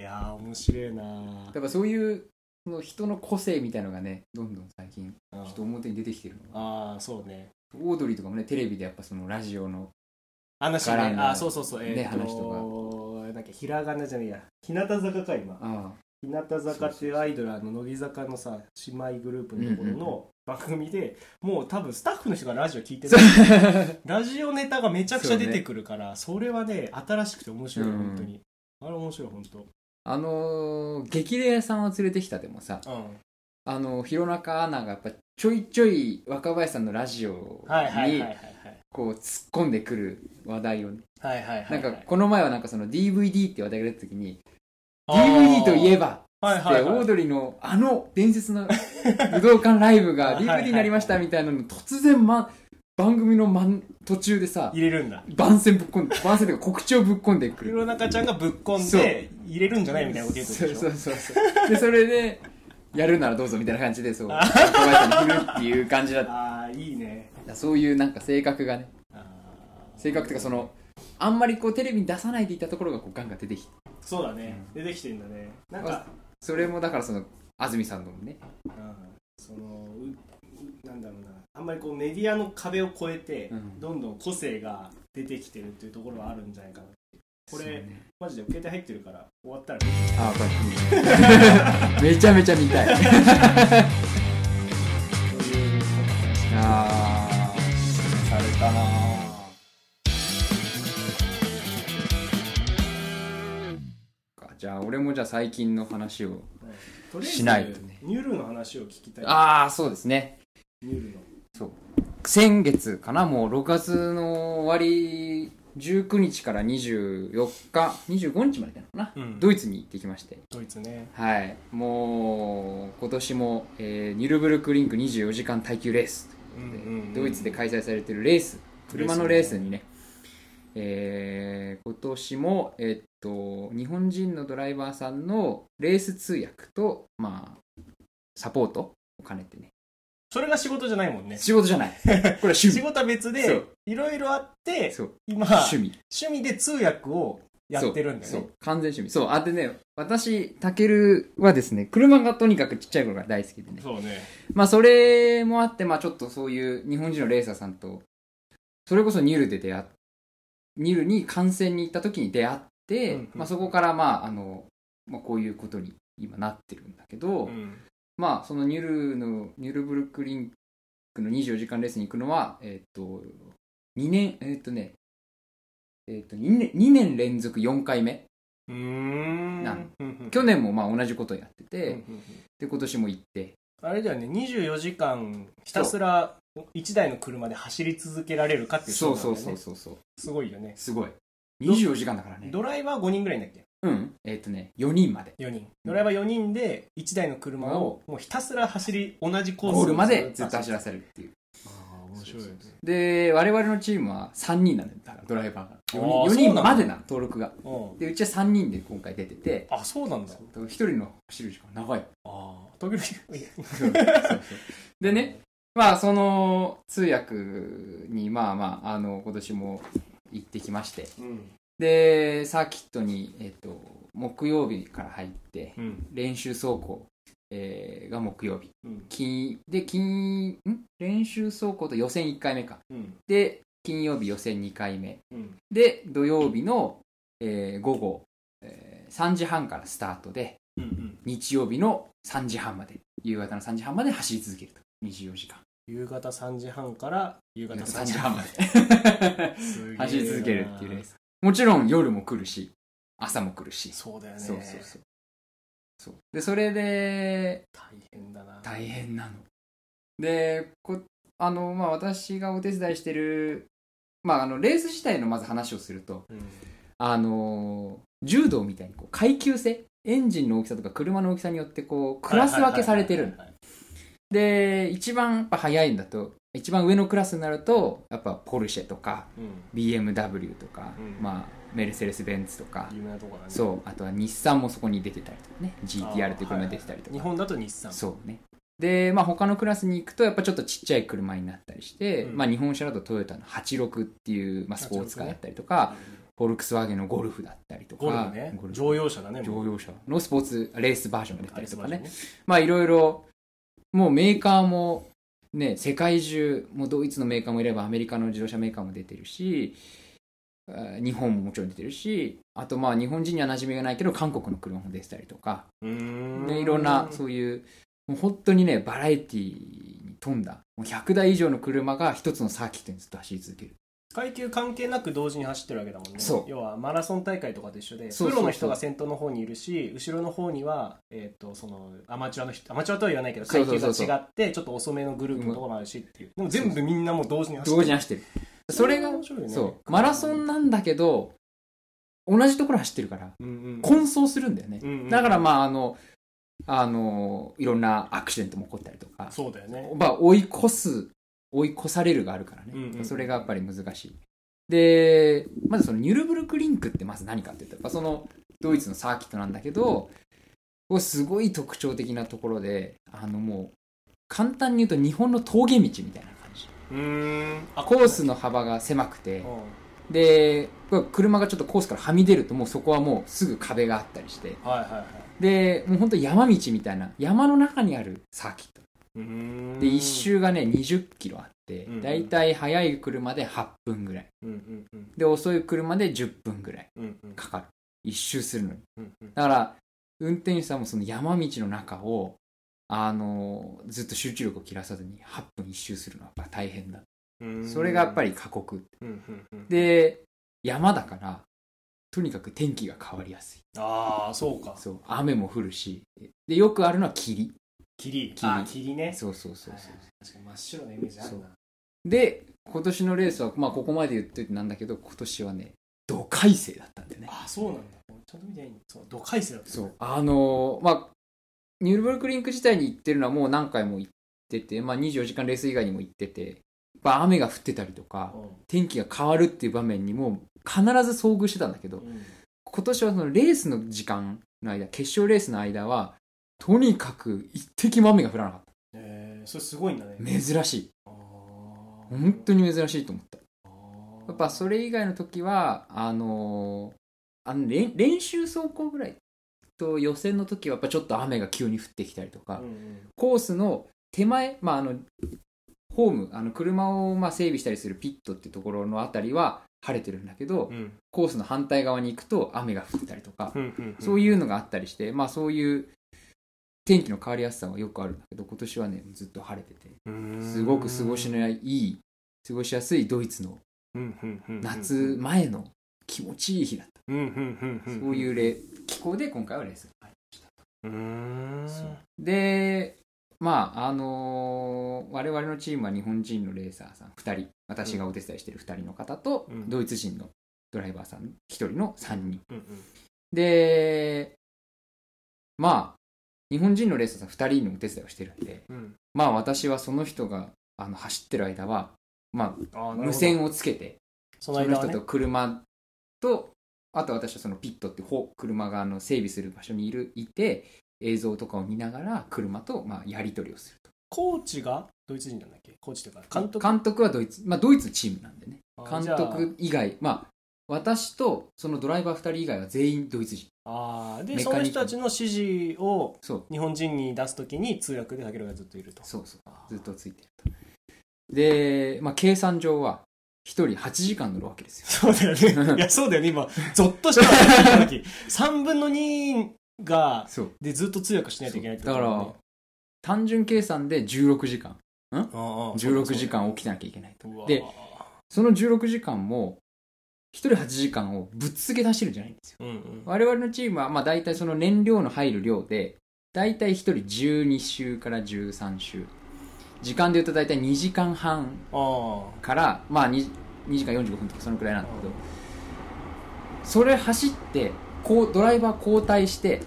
いやー面白いなー
やっぱそういうその人の個性みたいのがねどんどん最近
うん
人表に出てきてるのが
ああそうね
オードリーとかもねテレビでやっぱそのラジオの
話ね
絡んだ
あーそうそうそうえ
ね
ー、と
話
ーなんかひらがなじゃねえや日向坂か今
ああ
日向坂っていうアイドルあの乃木坂のさ姉妹グループのところ
うんうん
の番組で、もう多分スタッフの人がラジオ聞いてる
そう
ラジオネタがめちゃくちゃ出てくるからそ,、れはね新しくて面白い、
うん
本当にあれ面白い本
あのー激レアさんを連れてきたでもさ
当うん
あの弘中アナがやっぱちょいちょい若林さんのラジオ
はいはいはい
に
はい
こう突っ込んでくる話題をね
はいはいは
ないんか
はい
この前はなんかその DVD って話題が出た時に
あー
DVD といえば
はいは
で
い
オ
は
ー
い
ドリーのあの伝説の 武道館ライブ
あ
が
はいはい
DVD になりましたみたいなの突然、ま、番組の、ま、途中でさ
入れるんだ
番宣ぶっこんで番宣というか告知をぶっこんで くる
黒中ちゃんがぶっこん
そう
で入れるんじゃないみたいなこと言うってことでしょ
そうそうそうそうでそれでやるならどうぞみたいな感じでそう若林さんに振るっていう感じだっただか
ああいいね
らそういうなんか性格がね
あー
性格というかそのあんまりこうテレビに出さないでいたところがこうガンガン出てきて
そうだね出てきてんだねなんか
それもだからその安住さんのもね
うんそのううなんだろうなあんまりこうメディアの壁を越えて、
うん
どんどん個性が出てきてるっていうところはあるんじゃないかなこれ
そうね
マジで携帯入ってるから終わったら
あこれ めちゃめちゃ見たい
そういう
あ
されたなぁ
ーじゃあ俺もじゃあ最近の話を
うんとりあえず
しないとね
ニュールの話を聞きたい
ああそうですね
ニュールの
先月かなもう6月の終わり19日から24日25日までかな、
うん
ドイツに行ってきまして
ドイツね
はいもう今年も、えーニュルブルクリンク24時間耐久レース
うん
で
うんうん
ドイツで開催されてるレース車のレースにね、えー今年も、えっと日本人のドライバーさんのレース通訳と、まあ、サポートを兼ねてね
それが仕事じゃないもんね
仕事じゃないこれは趣
仕
味
事は別
そ
で
う
いろいろあって
そう
今
趣
趣
味
味で通訳をやってるんだよ
そうそ
ね
う完全趣味そうあでね私たけるはですね車がとにかくちっちゃい頃から大好きでね
そうね
まあそれもあって、まあちょっとそういう日本人のレーサーさんと、それこそニュルで出会っニュルに観戦に行った時に出会って、
うんうん
まあそこからまああの、まあこういうことに今なってるんだけど、
うん
まあそのニュルの、ニュルブルクリンクの24時間レースに行くのは、えっ、と、2年、えっ、とね、えっ、と2年、2年連続4回目。
うーん
なん
うんうん
去年もまあ同じことやってて、
うんうんうん
で今年も行って、
あれだよね24時間ひたすら1台の車で走り続けられるかっていう
そうそう
勝負
そ
なんだよね
うそうそう、
すごいよね
すごい。24時間だからね。
ドライバー5人ぐらいいんだっけ
うん。えっ、とね、4人まで。
4人ドライバー4人で1台の車をもうひたすら走り同じコースを
ゴールまでずっと走らせるっていう。
ああ面白いね
で、我々のチームは3人なんだよ、だからドライバーが。
あー
4,
そう
人
なんだ
までなの、登録が。
うん
で、うちは3人で今回出てて、
あそうなんだ
1人の走る時間長い。
ああ時々
そうそうそう でね、まあ、その通訳に、まあまあ、あの、今年も行ってきまして、
うん
で、サーキットに、えっ、と、木曜日から入って、
うん
練習走行、えーが木曜日。
うん
金、で、金、ん練習走行と予選1回目か。
うん
で金曜日予選2回目
うん
で土曜日の、えー午後、えー3時半からスタートで
うんうん
日曜日の3時半まで夕方の3時半まで走り続けると24時間
夕方3時半から夕方
夕方
3
3
時
時
半
半
ま
ま
で
で走り続けるっていうレースもちろん夜も来るし朝も来るし
そうだよね
そうそうそうそうでそれで
大変だな
大変なの。でこあの、まあ、私がお手伝いしてる、まあ、あのレース自体のまず話をすると
うん
あの柔道みたいにこう階級制エンジンの大きさとか車の大きさによってこうクラス分けされてるの
はいはい
で一番やっぱ早いんだと一番上のクラスになるとやっぱポルシェとか
はいはい
BMW とか、
うん
まあ、メルセデス・ベンツとか
うん、有名なとこだねう
そうあとは日産もそこに出てたりとかね GTR という車が出てたりとか、
日本だと日産
そうねで、まあ、他のクラスに行くとやっぱちょっとちっちゃい車になったりして、
うん
まあ、日本車だとトヨタの86っていう、まあ、スポーツカーだったりとか、フォルクスワーゲンのゴルフだったりとか
ゴルフね
ゴルフ
乗用車だね
乗
用
用車のスポーツレースバージョンが出たりとかね
ね
まあいろいろもうメーカーもね世界中もうドイツのメーカーもいればアメリカの自動車メーカーも出てるしあ日本ももちろん出てるしあとまあ日本人には馴染みがないけど韓国の車も出てたりとか
うーん
ね、いろんなそういうもう本当にねバラエティーに富んだもう100台以上の車が一つのサーキットにずっと走り続ける
階級関係なく同時に走ってるわけだもんね
そう
要はマラソン大会とかと一緒で
そうそうそう
プロの人が先頭の方にいるし後ろの方には、えー、とそのアマチュアの人アマチュアとは言わないけど
そ
階
うそ
級
う
が
そうそう
違ってちょっと遅めのグループのところもあるしっていうでも全部みんなもう同時に走って
同
る
時に走ってるそれが
面白いよね
そうマラソンなんだけど同じところ走ってるから
うんうん
混走するんだよね
うんうん
だからまああのあのいろんなアクシデントも起こったりとか、
そうだよね
まあ、追い越す追い越されるがあるからね、
うんうんうん
それがやっぱり難しいでまずそのニュルブルクリンクってまず何かっていうとやっぱそのドイツのサーキットなんだけどこれすごい特徴的なところであのもう簡単に言うと日本の峠道みたいな感じ
うーんあ
コースの幅が狭くて
うん
でこれ車がちょっとコースからはみ出るともうそこはもうすぐ壁があったりして
はいはいはい
でもう本当山道みたいな山の中にあるサーキット
うーん
で1周がね20キロあって
うん
だいたい速い車で8分ぐらい
うんうんうん
で遅い車で10分ぐらい
うんうん
かかる1周するのに
うんうん
だから運転手さんもその山道の中をあのずっと集中力を切らさずに8分1周するのはやっぱ大変だ
うーん
それがやっぱり過酷
うんうんうん
で山だからとにかく天気が変わりやすい
ああそうか
そう雨も降るしでよくあるのは霧
霧
霧
あ霧ね
そうそうそうそう
はいはいはい確かに真っ白なイメージあるな
で今年のレースはまあここまで言っといてなんだけど今年はね土改正だったんだよね
あそうなんだちゃんと見てないんだそうドカイセだった
そうあのーまあニュルブルクリンク自体に行ってるのはもう何回も行ってて、まあ、24時間レース以外にも行っててやっぱ雨が降ってたりとか天気が変わるっていう場面にも必ず遭遇してたんだけど
うん
今年はそのレースの時間の間決勝レースの間はとにかく一滴も雨が降らなかっ
えーそれすごいんだね
た珍しい
あー
本当に珍しいと思った
あー
やっぱそれ以外の時はあのーあの練練習走行ぐらいと予選の時はやっぱちょっと雨が急に降ってきたりとか、
うんうん
コースの手前、まあ、あのホームあの車をまあ整備したりするピットってところのあたりは晴れてるんだけど、
うん
コースの反対側に行くと雨が降ってたりとか、
うんうん
そういうのがあったりして、まあ、そういう天気の変わりやすさはよくあるんだけど今年はねずっと晴れてて
うん
すごく過ごしのいい過ごしやすいドイツの
うんうんうんうん
夏前の気持ちいい日だった、
うんうんうんうん
そういうレ気候で今回はレースがありました
うーん
そうでまああのー我々のチームは日本人のレーサーさん2人私がお手伝いしてる2人の方と、
うん
ドイツ人のドライバーさん1人の3人
うんうん
でまあ日本人のレーサーさん2人のお手伝いをしてるんで
うん
まあ私はその人があの走ってる間は、まあ、
あーなるほど
無線をつけて
その
そ
間
の
は
人
ね
と車と、あと私はそのピットってほ車があの整備する場所にいるいて、映像とかを見ながら車とまあやり取りをすると。
コーチがドイツ人なんだっけコーチというか監督
はドイツ、まあドイツチームなんでね。
あー
監
じゃあ
督以外、まあ私とそのドライバー2人以外は全員ドイツ人。
あーで
メカ
そ
ニック
の人たちの指示を
そう、
日本人に出すときに通訳でタケルがずっといると
そうそう、ずっとついてると。で、まあ計算上は1人8時間乗るわけですよ。
そうだよね。いや、そうだよね。今、ゾッとしたわ。3分の2が、
そう。
で、ずっと通訳しないといけないって
だ
こ
か
と
ら、単純計算で16時間、
だよね、
16時間起きてなきゃいけない。
で
でその16時間も一人8時間をぶっつけ出してるんじゃないんですよ。
うんうん
我々のチームは、まあ大体その燃料の入る量で、大体一人12週から13週。時間で言うと大体2時間半
あ
から、まあ 2, 2時間45分とかそのくらいなんだけど、それ走って、こう、ドライバー交代してっ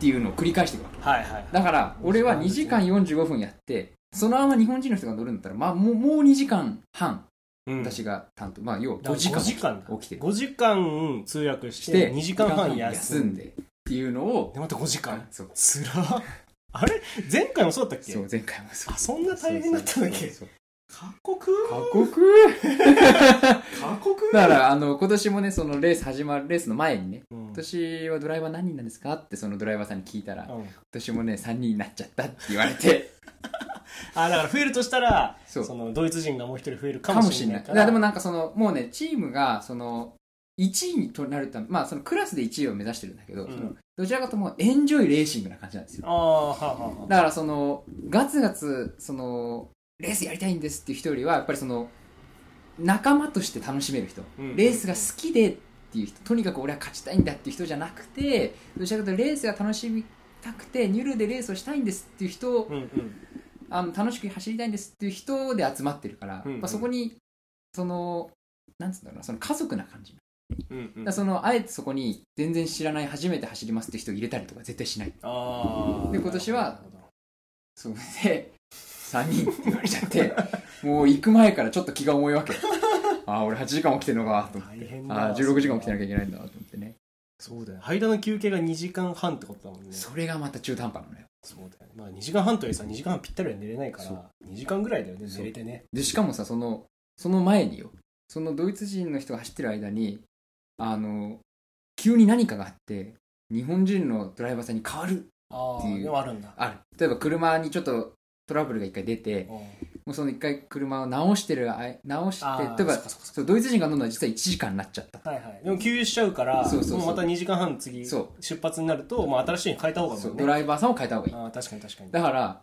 ていうのを繰り返していくわけ。
あはいはい
だから、俺は2時
時間
間45分やって、そのまま日本人の人が乗るんだったら、まあもうもう2時間半、
うん
私が担当、まあ要は
だから
5時
5時
間
間
起きてる。
5時間通訳し
して、
て2時間半休んで
んでっていうのを、
でまた5時間
そう
つらっあれ前回もそうだったっけ
そう、前回もそう
あ。そんな大変だったんだっけ
そうそう
過酷
過酷
過酷
だから、あの、今年もね、そのレース始まる、レースの前にね、
うん
今年はドライバー何人なんですかってそのドライバーさんに聞いたら、今
うん
年もね、3人になっちゃったって言われ て、
あだから増えるとしたら
そう
そのドイツ人がもう一人増えるか
か
も
も
し
し
れ
れ
ないい
な。だ
か
から
ら
でもなんかその、もうね、チームが、その、1位にとなるため、まあそのクラスで1位を目指してるんだけど、
うん
そのどちらかともエンジョイレーシングな感じなんですよ。
ああはあはあは
だからその、ガツガツ、その、レースやりたいんですっていう人よりは、やっぱりその、仲間として楽しめる人、
うん
レースが好きでっていう人、とにかく俺は勝ちたいんだっていう人じゃなくて、どちらかというとレースが楽しみたくて、ニュルでレースをしたいんですっていう人
あうんうん
あの楽しく走りたいんですっていう人で集まってるから、
うんうん
まあ、そこにそのなんつうんだろうなその家族な感じ、
うんうん
だからそのあえてそこに全然知らない初めて走りますって人を入れたりとか絶対しない
ああ
で今年は
な るほど
そうで3人って言われちゃってもう行く前からちょっと気が重 いわけああ俺8時間起きてんのかと思っ
大
て
変だ
ああ16時間起きてなきゃいけないんだと思ってね
そうだよね間の休憩が2時間半ってことだもんね
それがまた中途半端なのよ
そうだよねまあ2時間半というよりさ2時間半ぴったりは寝れないか
そう
ら2時間ぐらいだよね
そう
寝れてね
でしかもさそのその前によそのドイツ人の人が走ってる間にあの急に何かがあって日本人のドライバーさんに変わる
あ
って
あ
いう
でもあるんだ
ある例えば車にちょっとトラブルが一回出て
うん
もうその一回車を直してるあい直して
あー
例えば
そっかそっかそっか
そうドイツ人が乗るのは実は1時間になっちゃった
はいはいでも給油しちゃうから
そうそうそう
もうまた2時間半次出
そ
発になると、まあ、新しいに変えた方がいい
そ
も
うんド
ね
ライバーさんを変えた方がいい
ああ確かに確かに
だから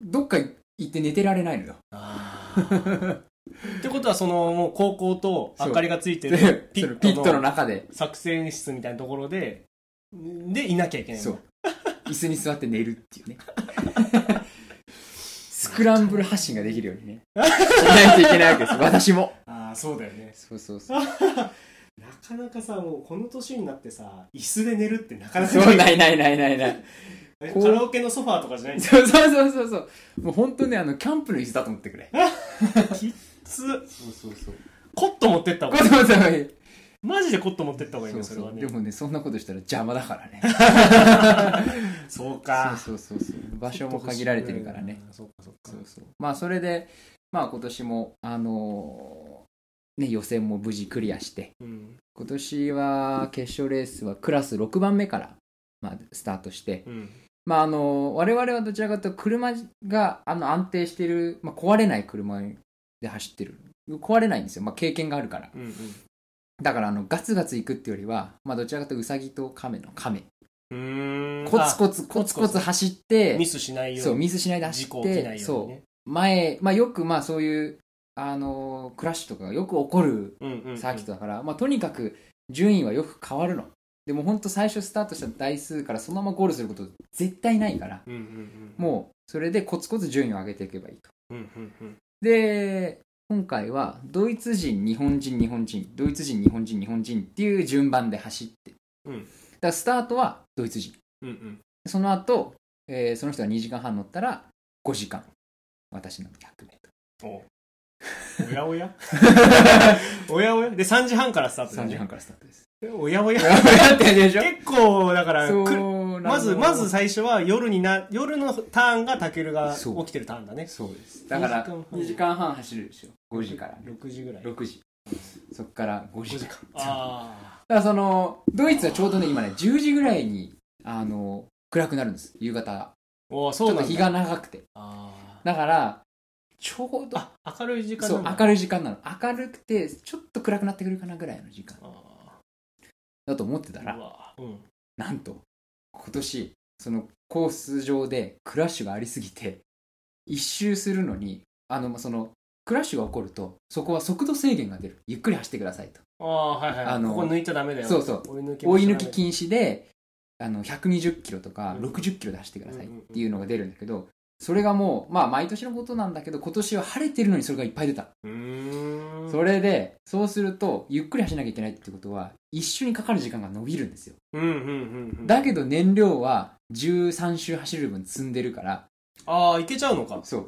どっか行って寝てられないのよ
あーってことはそのもう高校と明かりがついて
で
る
そ
ピ
のピッ
ッ
ト
ト
の
の
中で
作戦室みたいなところででいなきゃいけないんだ
そう椅子に座って寝るっていうね スクランブル発進ができるようにねしないといけないわけです私も
ああそうだよね
そうそうそう
なかなかさもうこの年になってさ椅子で寝るってなかなか
そう
ない
ないないないないない
え カラオケのソファーとかじゃないんです
そうそうそうそうそうもう本当ねあのキャンプの椅子だと思ってく れ
きっつ
そうそうそう
コット持ってった方が
こ
いい
ともさいい
マジでコット持ってった方がいいねそれは
で
ね
もねそんなことしたら邪魔だから ね
そうか
そうそうそうそう場所も限られてるからね
そうかそうか
そうそうまあそれでまあ今年もあのーね予選も無事クリアして
うん
今年は決勝レースはクラス6番目から、まあ、スタートして、
うん
まあ、あの我々はどちらかというと車があの安定してる、まあ、壊れない車で走ってる壊れないんですよ、まあ、経験があるから
うん
だからあのガツガツ行くってよりは、まあ、どちらかというとウサギとカメのカメ
うんうーん
コツコツコツコツ走って
あミスしないよ
そう
うに
ミスしないで走
事
っ
故起きな
て
いように
そ
ね
う前、まあ、よくまあそういうあのクラッシュとかがよく起こる
うんうんうん
サーキットだから、まあ、とにかく順位はよく変わるの。でも本当最初スタートした台数からそのままゴールすること絶対ないから、
うんうんうん
もうそれでコツコツ順位を上げていけばいいと。
うんうんうん
で、今回はドイツ人、日本人、日本人、ドイツ人、日本人、日本人っていう順番で走って。
うん
だからスタートはドイツ人。
うんうん
その後、えーその人が2時間半乗ったら5時間。私の100メ
おおやお やおやおやで3時半からスタートだ
3
よ
時
ね
半からスタートです。
おやおや
やってるでしょ
結構だからくる
うなの
まずまず最初は夜にな夜のターンがタケルが起
そう
きてるターンだね
そうですだから
2時間半
2時間半走るでしょ5時から
6時ぐらい
6時そっから5
5
時
時
間
間
だか
あ
らそのドイツはちょうどね今ね10時ぐらいにあの暗くなるんです夕方
あおー
ち
そ
ょ
う
っ
な
と
ん
日
だ
が長くて
あ
だからちょう
ー
ど
あ明るい時間
そう
なんだ
明るい時間なの明るくてちょっと暗くなってくるかなぐらいの時間
あ
だと思ってた
ーう
ら
わうん
なんと今年そのコース上でクラッシュがありすぎて一周するのにあのまあそのクラッシュが起こるとそこは速度制限が出るゆっくり走ってくださいと
ああはいはい
あの
ここ抜いちゃダメだよ
そうそう
追い抜き
追い抜き禁止であの120キロとか
うん
60キロで走ってくださいっていうのが出るんだけどそれがもうまあ毎年のことなんだけど今年は晴れてるのにそれがいっぱい出た
うーん
それでそうするとゆっくり走らなきゃいけないってことは一緒にかかる時間が伸びるんですよ
うんうんうんうん
だけど燃料は13周走る分積んでるから
ああいけちゃうのか
そ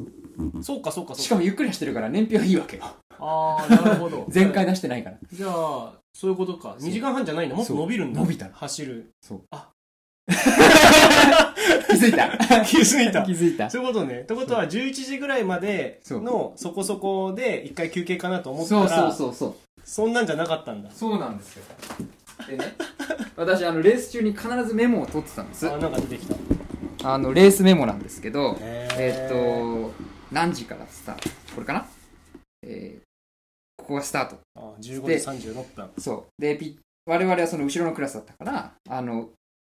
う
そうかそうかそうか
しかもゆっくり走ってるから燃費はいいわけよ
ああなるほ ど
全開出してないから
じゃあそういうことか
そう
2時間半じゃないんだもっと伸びるんだ
そう伸びたの
走る
そう
あ
気づいた
気づいた
気づいた
そういうことねってことは11時ぐらいまでのそこそこで一回休憩かなと思った
そう
ら
そうそうそう
そんなんじゃなかったんだ
そうなんですよでね私あのレース中に必ずメモを取ってたんです
あなんか出てきた
あのレースメモなんですけど
へー
えーっと何時からスタートこれかなえーここがスタート
あ15時
で
36分
そうでピッ我々はその後ろのクラスだったからあの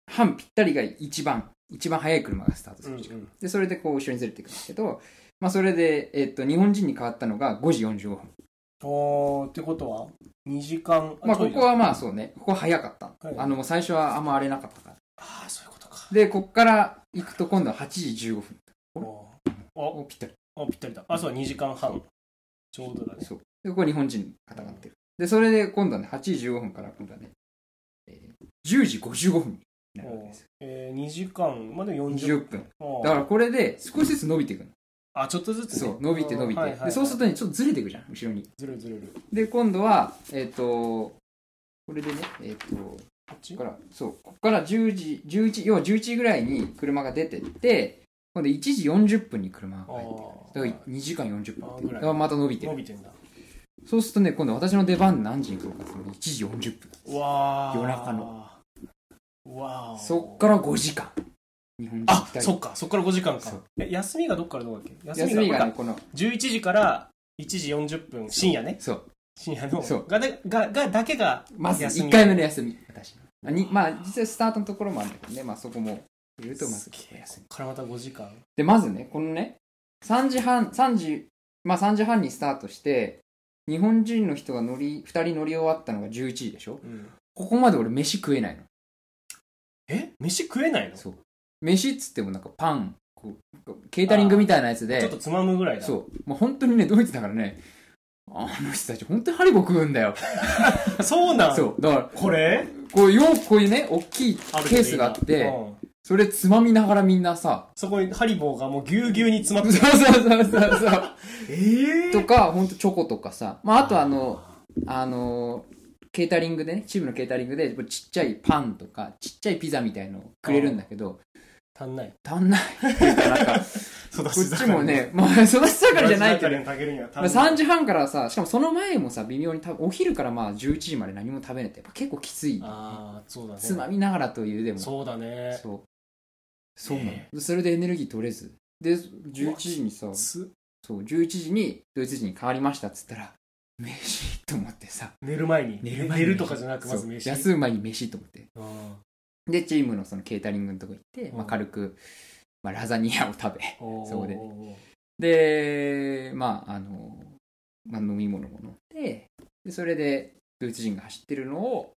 半ぴったりが一番一番速い車がスタートす
うん
る
う
時間、
ん
でそれでこう後ろにずれていくんですけど、まあ、それで、えーっと日本人に変わったのが5時45分
おーってことは2時間
まあ
ちょ
こ
いだ
こはまあそうねここは早かった、
はい
あのもう最初はあんま荒れなかったから
ああそういうことか
で、こっから行くと今度は8時15分。
お
おぴったり。
ーあぴったりだあそう2時間半ちょうどだね
そう。で、ここは日本人固まってる。で、それで今度はね、8時15分から今度はね、えー10時55分になるわけですよ。
えー、2時間まで40
20分。
分
だからこれで少しずつ伸びていくの。
あちょっとずつ、ね、
そう、伸びて伸び
はいはい
て。
はい
で、そうするとね、ちょっとずれていくじゃん、後ろに。
ずるずるる
で、今度は、えっ、と、これでね、えっ、と、こ
こっち
こから、そう、ここから10時、11、要は11時ぐらいに車が出てって、今度1時40分に車が入ってくる。だから2時間40分
あ
っ
ー
て
ぐ
いう。
ら
だ
い
からまた伸びてる
伸。びてんだ
そうするとね、今度私の出番何時に来るかっていうと1時40分。
わー
夜中の
わー
そっから5時間。日本人
あ
2人。
そっかそっから5時間か
そう
え休みがどっからどうだっけ休み
休
が
みが
こ
ね、この、
れか11時から1時40分深夜ね
そう。
深夜の
そう
がでががだけが
まず
休み
1回目の休み、私の。あにまあ、実際スタートのところもあるんだけどね、まあそこも入れるとまず
す
1
げ
回
え
休
そ
み
っ。からまた5時間
で、まずね、このね、3時半、3時、まあ3時半にスタートして、日本人の人が乗り、2人乗り終わったのが11時でしょ
うん
ここまで俺飯食えないの。
え飯食えないのち
そう。飯っつってもなんかパン、こうケータリングみたいなやつで。
ょっとつまむぐらいだ
そう。もう本当にね、ドイツだからね、あの人たち本当にハリボ食うんだよ。
そうなん
そう。だから、
これ
こう、よう、こういうね、大きいケ
ある
ースがあっ
う
て、
ん
それつまみながらみんなさ、
そこにハリボーがもうぎゅうぎゅうに詰ま
そ
って
うそうそうそうそう。
え
とか、本当チョコとかさ、まあ、あとあの、あの、ケータリングでね、チームのケータリングで、ちっちゃいパンとか、ちっちゃいピザみたいのをくれるんだけど、
足んない
足んないっていうか、なんか、こ
こ
っちもね、まあ、育ち盛りじゃないけど、
食べるには足ん
まあ、
ない
3時半からさしかもその前もさ微妙に多分お昼からまあ11時まで何も食べないってやっぱ結構きつい
ああそうだね
つまみながらというでも
そうだね
そうそうなの、
え
それでエネルギー取れずで11時にさ
つ
そう11時にドイツ人に変わりましたっつったら飯と思ってさ
寝る前に寝る
前に
とかじゃなくまず飯
そう休む前に飯と思って
うん
でチームのそのケータリングのとこ行って、ま
う
あ、
ん
軽く、まあ、ラザニアを食べ
おー
そうでで、まあ、あの、まあ、飲み物も飲んで、でそれで、ドイツ人が走ってるのを、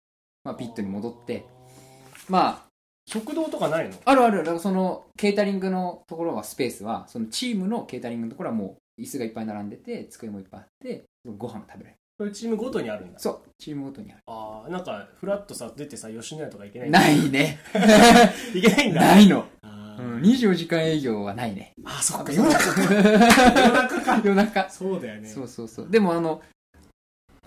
まあ、ピットに戻って、ま
食堂とかないの
あ、あるある、だからその、ケータリングのところは、スペースは、そのチームのケータリングのところはもう、椅子がいっぱい並んでて、机もいっぱいあって、ご飯を食べられる。
それチームごとにあるんだ
そう、チームごとにあ
ああなんかフラッとさ出てさ吉野家とか行けない
る。 ないね。
いけないんだ
ないの。
あ
う
ー
ん、24時間営業はないね。
あーそっか
夜中
夜中か
夜中。
そうだよね
そうそうそうでもあの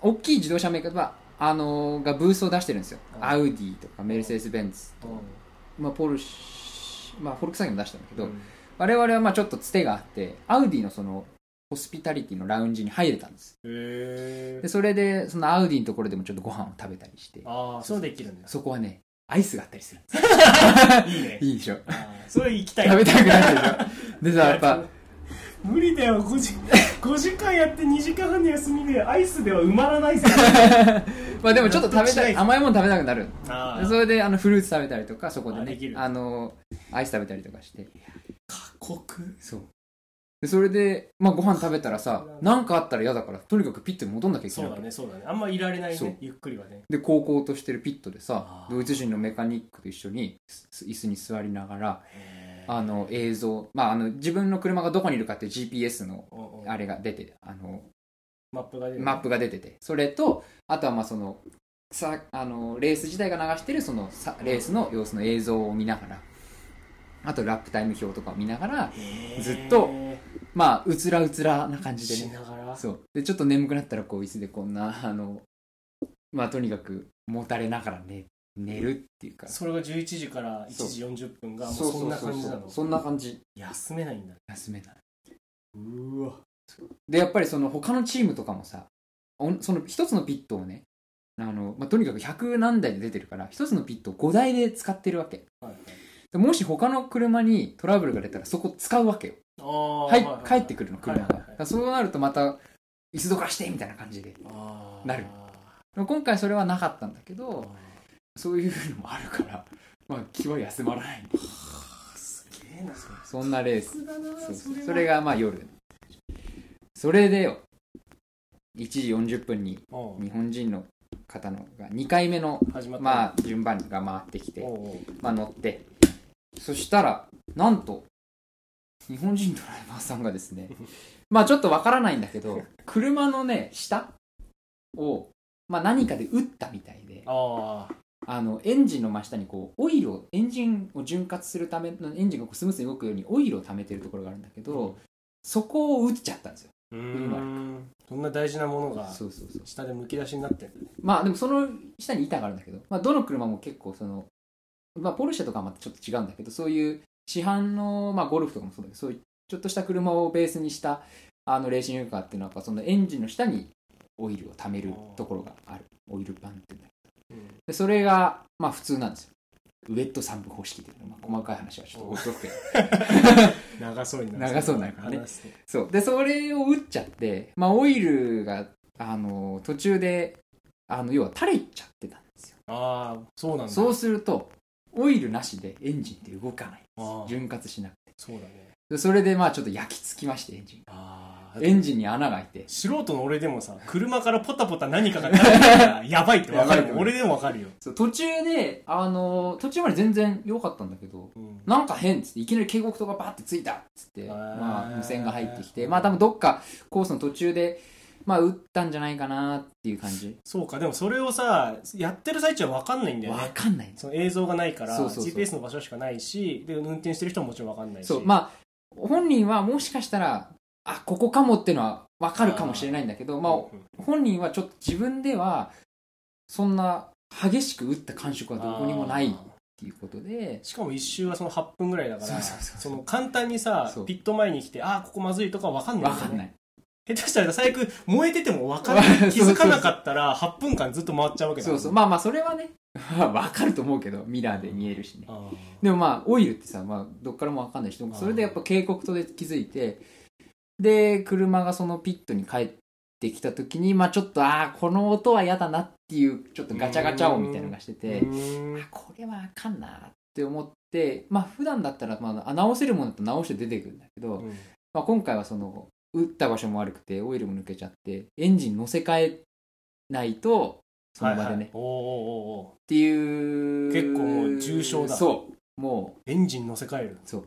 大きい自動車メーカーはあのがブースを出してるんですよ
うん
アウディとかメルセデス・ベンツ、
うん
まあ、ポルシェ、まあ、フォルクサインも出したんだけど、
うん
我々はまあちょっとつてがあってアウディのそのホスピタリティのラウンジに入れたんです
へ
で
え
それでそのアウディのところでもちょっとご飯を食べたりして
ああそうできるんだ
そこはねアイスがあったりするんです
いいね
いいでしょ
あーそれ行きたい
食べたくなるでしょでさ やっぱ
無理だよ5時 ,5 時間やって2時間半の休みでアイスでは埋まらない ぜ
まあでもちょっと
納
食べたい
得しない
甘いもの食べたくなる
あ
でそれであのフルーツ食べたりとかそこで
あで
ね
きる
あのアイス食べたりとかして
過酷
そう。でそれで、まあ、ご飯食べたらさ何かあったら嫌だからとにかくピットに戻んなきゃいけ
そ
な
う
いわ
だ
け、
ねそうだねあんまいられない
そう
ねゆっくりはね
で高校としてるピットでさ
あー
ドイツ人のメカニックと一緒にす椅子に座りながら
あ
あの映像、まあ、あの自分の車がどこにいるかっていう GPS のあれが出てあの
マップが出る
マップが出ててそれとあとはまあそのさあのレース自体が流してるそのさレースの様子の映像を見ながらあとラップタイム表とかを見ながら
へー
ずっとまあうつらうつらな感じで
し
ね
ながら
そうでちょっと眠くなったらこう椅子でこんなあのまあとにかくもたれながらね寝るっていうか
それが11時から1時40分がもう
そう
そんな感じ
そう
な
そうそ
の
うそんな感じ
休めないんだ
休めないう
わ
でやっぱりその他のチームとかもさおんその一つのピットをねあの、まあ、とにかく100何台で出てるから一つのピットを5台で使ってるわけ
はいはい
でもし他の車にトラブルが出たらそこ使うわけよ、
あー
はい
はいはい
帰ってくるの車
は
が、
いはいはい
だからそうなるとまた椅子どかしてみたいな感じで
あー
なる今回それはなかったんだけ
あ
どそういうのもあるから、まあ、気は休まらない
ーすげえなさ
そんなレース
すがだな
そうそう
は
それがまあ夜それでよ1時40分に
おう
日本人の方のが2回目の
始まった
まあ順番が回ってきて、
おうおう
まあ、乗ってそしたらなんと日本人ドライバーさんがですねまあちょっとわからないんだけど車のね下を、まあ、何かで打ったみたいで
あー
あのエンジンの真下にこうオイルをエンジンを潤滑するためのエンジンがこうスムーズに動くようにオイルを溜めてるところがあるんだけど、そこを打っちゃったんですよ
うーんそんな大事なものが
そうそうそう
下でむき出しになってる
まあでもその下に板があるんだけど、まあ、どの車も結構その、まあ、ポルシェとかはまたちょっと違うんだけどそういう市販の、まあ、ゴルフとかもそうだけどそういうちょっとした車をベースにしたあのレーシングカーっていうのはやっぱそのエンジンの下にオイルを溜めるところがあるオイルパンっていうんだけどでそれがまあ普通なんですよウェット散布方式っていうの、まあ、細かい話はちょっと置いとくけど
長そうにな
長そうになるからね
話すね
そう。で、それを打っちゃって、まあ、オイルが、あの、途中で、あの、要は垂れちゃってたんですよ。
ああそうなんだ
そうすると、オイルなしでエンジンって動かない。
あー
潤滑しなくて
そうだね
で。それで、まあ、ちょっと焼き付きまして、エンジンが。
あ
エンジンに穴が開いて。
素人の俺でもさ車からポタポタ何かが流れてたら やばいって分か
やばい
る
よ
よ
ね
俺でも分かるよ、
そう途中で、あの、途中まで全然良かったんだけど、
うん
なんか変っつって、いきなり警告灯がバーってついたっつって、
ー
まあ、無線が入ってきて、まあ、多分どっかコースの途中で、まあ、打ったんじゃないかなっていう感じ。
そうかでもそれをさやってる最中は分かんないんだよ
わ
ね
かんないんですよ
その映像がないから
そうそうそう
GPS の場所しかないしで運転してる人はもちろん分かんないし
そうまあ本人はもしかしたらあここかもっていうのは分かるかもしれないんだけどま
うん
あ、本人はちょっと自分ではそんな激しく打った感触はどこにもないっ
あー
ていうことで
しかも一周はその8分ぐらいだから
そうそうそう
その簡単にさ
そう
ピット前に来てああここまずいとか分かん
分
ないよね
かんない
下手したら最悪燃えてても分かん ない気づかなかったら8分間ずっと回っちゃうわけだ
そ
も
うんそうまあまあそれはね 分かると思うけどミラーで見えるしね
あ
でもまあオイルってさ、まあ、どっからも分かんないしでもそれでやっぱ警告灯で気づいてで車がそのピットに帰ってきた時にまあちょっとああこの音は嫌だなっていうちょっとガチャガチャ音みたいなのがして
ー
て
うーん
あこれはあかんなって思ってまあ普段だったらまあ直せるものだと直して出てくるんだけど、
うん
まあ、今回はその打った場所も悪くてオイルも抜けちゃってエンジン乗せ替えないとその場でね、
はいは
っ
いおーおーおーお
ていう
結構もう重症だ
そうも
ーエンジン乗せ替える
そう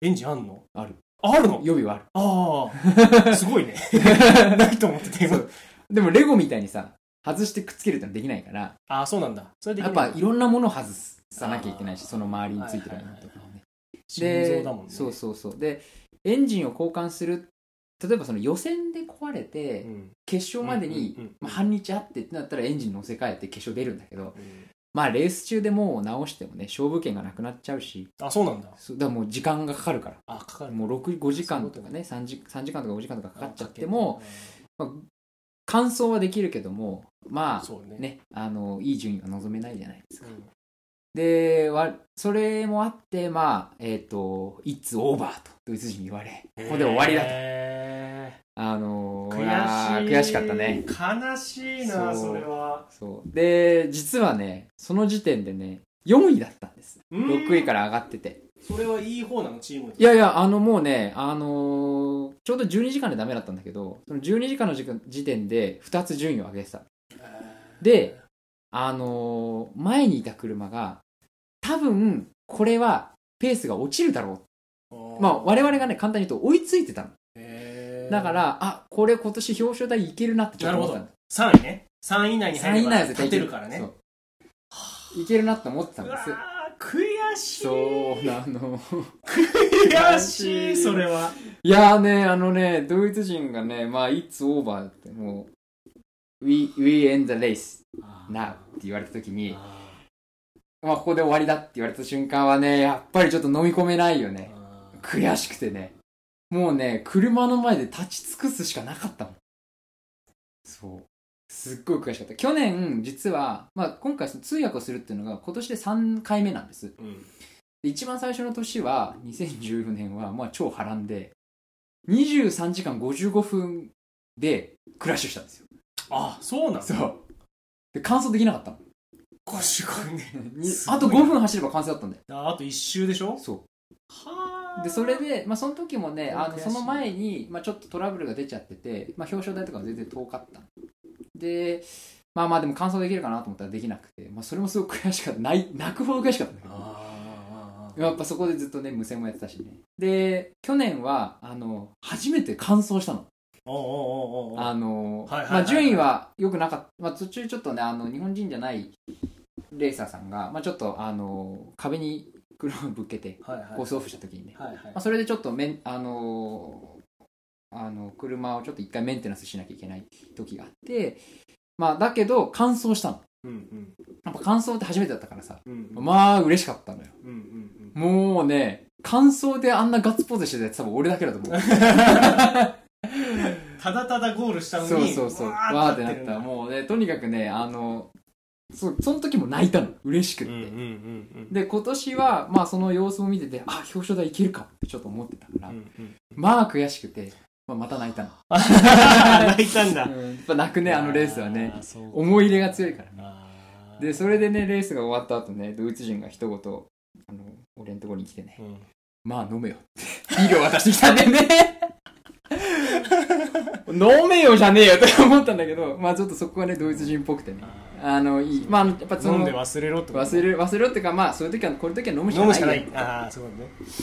エンジンあんの
ある
ある
う
の
予備はある
ああすごいね ないと思ってて
そ
今
うでもレゴみたいにさ外してくっつけるってのはできないから
ああそうなんだそれで
やっぱいろんなものを外さなきゃいけないし
あー
その周りについてるものとかもね、
心臓だもんね
そうそうそうでエンジンを交換する例えばその予選で壊れて、
うん
決勝までに、
うんうんうん
まあ、半日あってってなったらエンジン乗せ替えて決勝出るんだけど
うん
まあレース中でもう直してもね勝負権がなくなっちゃうし
あそうなんだ
そうだからもう時間がかかるから
あかかる
もう6 5時間とかね3時 ,3 時間とか5時間とかかかっちゃっても完走はできるけども
あ
まあ
そうね
ねあのいい順位は望めないじゃないですか
うん
でわそれもあってまあえっ、と「It's over」とドイツ人に言われここで終わりだと
へ
あの
ー
ーいやー
悔しい
悔しかったね
悲しいな
そう
それは
そうで実はねその時点でね4位だったんです
うん
6位から上がってて
それはいい方なのチーム
いやいや、あのもうね、あのーちょうど12時間でダメだったんだけど、その12時間の時間時点で2つ順位を上げてた。で、あのー前にいた車が、多分、これはペースが落ちるだろう。まあ、我々がね、簡単に言うと追いついてたの。だから、あ、これ今年表彰台いけるなってちょっと思ったの。
3位ね3位以内に
3
入れ
位以
ば
内は絶
勝
対いけ
て
る
るからね。
そういけるなって思ってたん
う
で
わ
す。
ー悔しい
そうな
悔
の。
し
悔し
い
い
それはい
やーね、あのね、ドイツ人がね、まあ、it's over って、もう、we, we end the race now って言われた時に、まあ、ここで終わりだって言われた瞬間はね、やっぱりちょっと飲み込めないよね。悔しくてね。もうね、車の前で立ち尽くすしかなかったもん。そう。すっごい悔しかった。去年、実は、まあ、今回その通訳をするっていうのが今年で3回目なんです。
うん
で一番最初の年は2014年はまあ超波乱で23時間55分でクラッシュしたんですよ
あそうなの
そうで完走できなかったの
こしこいね
に
すごい
あと5分走れば完走だったんだよ
ああと1周でしょ
そ
は
う
ー
でそれで、まあ、その時もねあ
悔
の
しい
その前に、まあ、ちょっとトラブルが出ちゃってて、まあ、表彰台とかは全然遠かったでまあまあでも完走できるかなと思ったらできなくて、まあ、それもすごく悔しかったない泣くほど悔しかったんだけど
あーあーあーあー
やっぱそこでずっとね無線もやってたしねで去年はあの初めて完走したの
おうおうおうおう
あの
はいはいはい
まあ順位は良くなかった、まあ、途中ちょっとねあの日本人じゃないレーサーさんが、まあ、ちょっとあの壁に車をぶっけて
はいはい
コースオフした時にね、
はいはい
まあ、それでちょっとメンあのあの車をちょっと一回メンテナンスしなきゃいけない時があってまあだけど完走したの
うんうん
やっぱ完走って初めてだったからさ
うんうん
まあ嬉しかったのよ
うんうん
もうね、感想であんなガッツポーズしてたやつ多分俺だけだと 思う。
うんただただゴールしたの
そう
に
そうそう。わー
わー
っ
ってて
な
な
っ。
ったた
もうね、とにかくね、あの、そその時も泣いたの。嬉しく
う
っ
ん
て。
うんうん
で、今年は、まあその様子を見てて、あ、表彰台いけるかってちょっと思ってたから、
うんうん
まあ悔しくて、まあ、また泣いたの。
泣いたんだ
うんやっぱ泣くね、あのレースはね
あ。ーそうか
思い入れが強いからね
あー
で、それでね、レースが終わった後ね、ドイツ人が一言、あの、俺のところに来てね、
うん
まあ飲めよって。ビールを渡してきたんだよね。飲めよじゃねえよって思ったんだけど、まあちょっとそこはね、ドイツ人っぽくてね。あの、いい。まあ、やっぱそ
飲ん
の
で、忘れろってこと
忘れる、忘れるっていうか、まあそういう時は、こういう時は飲むしか
飲むしか
な
ない
よ
いああそうだね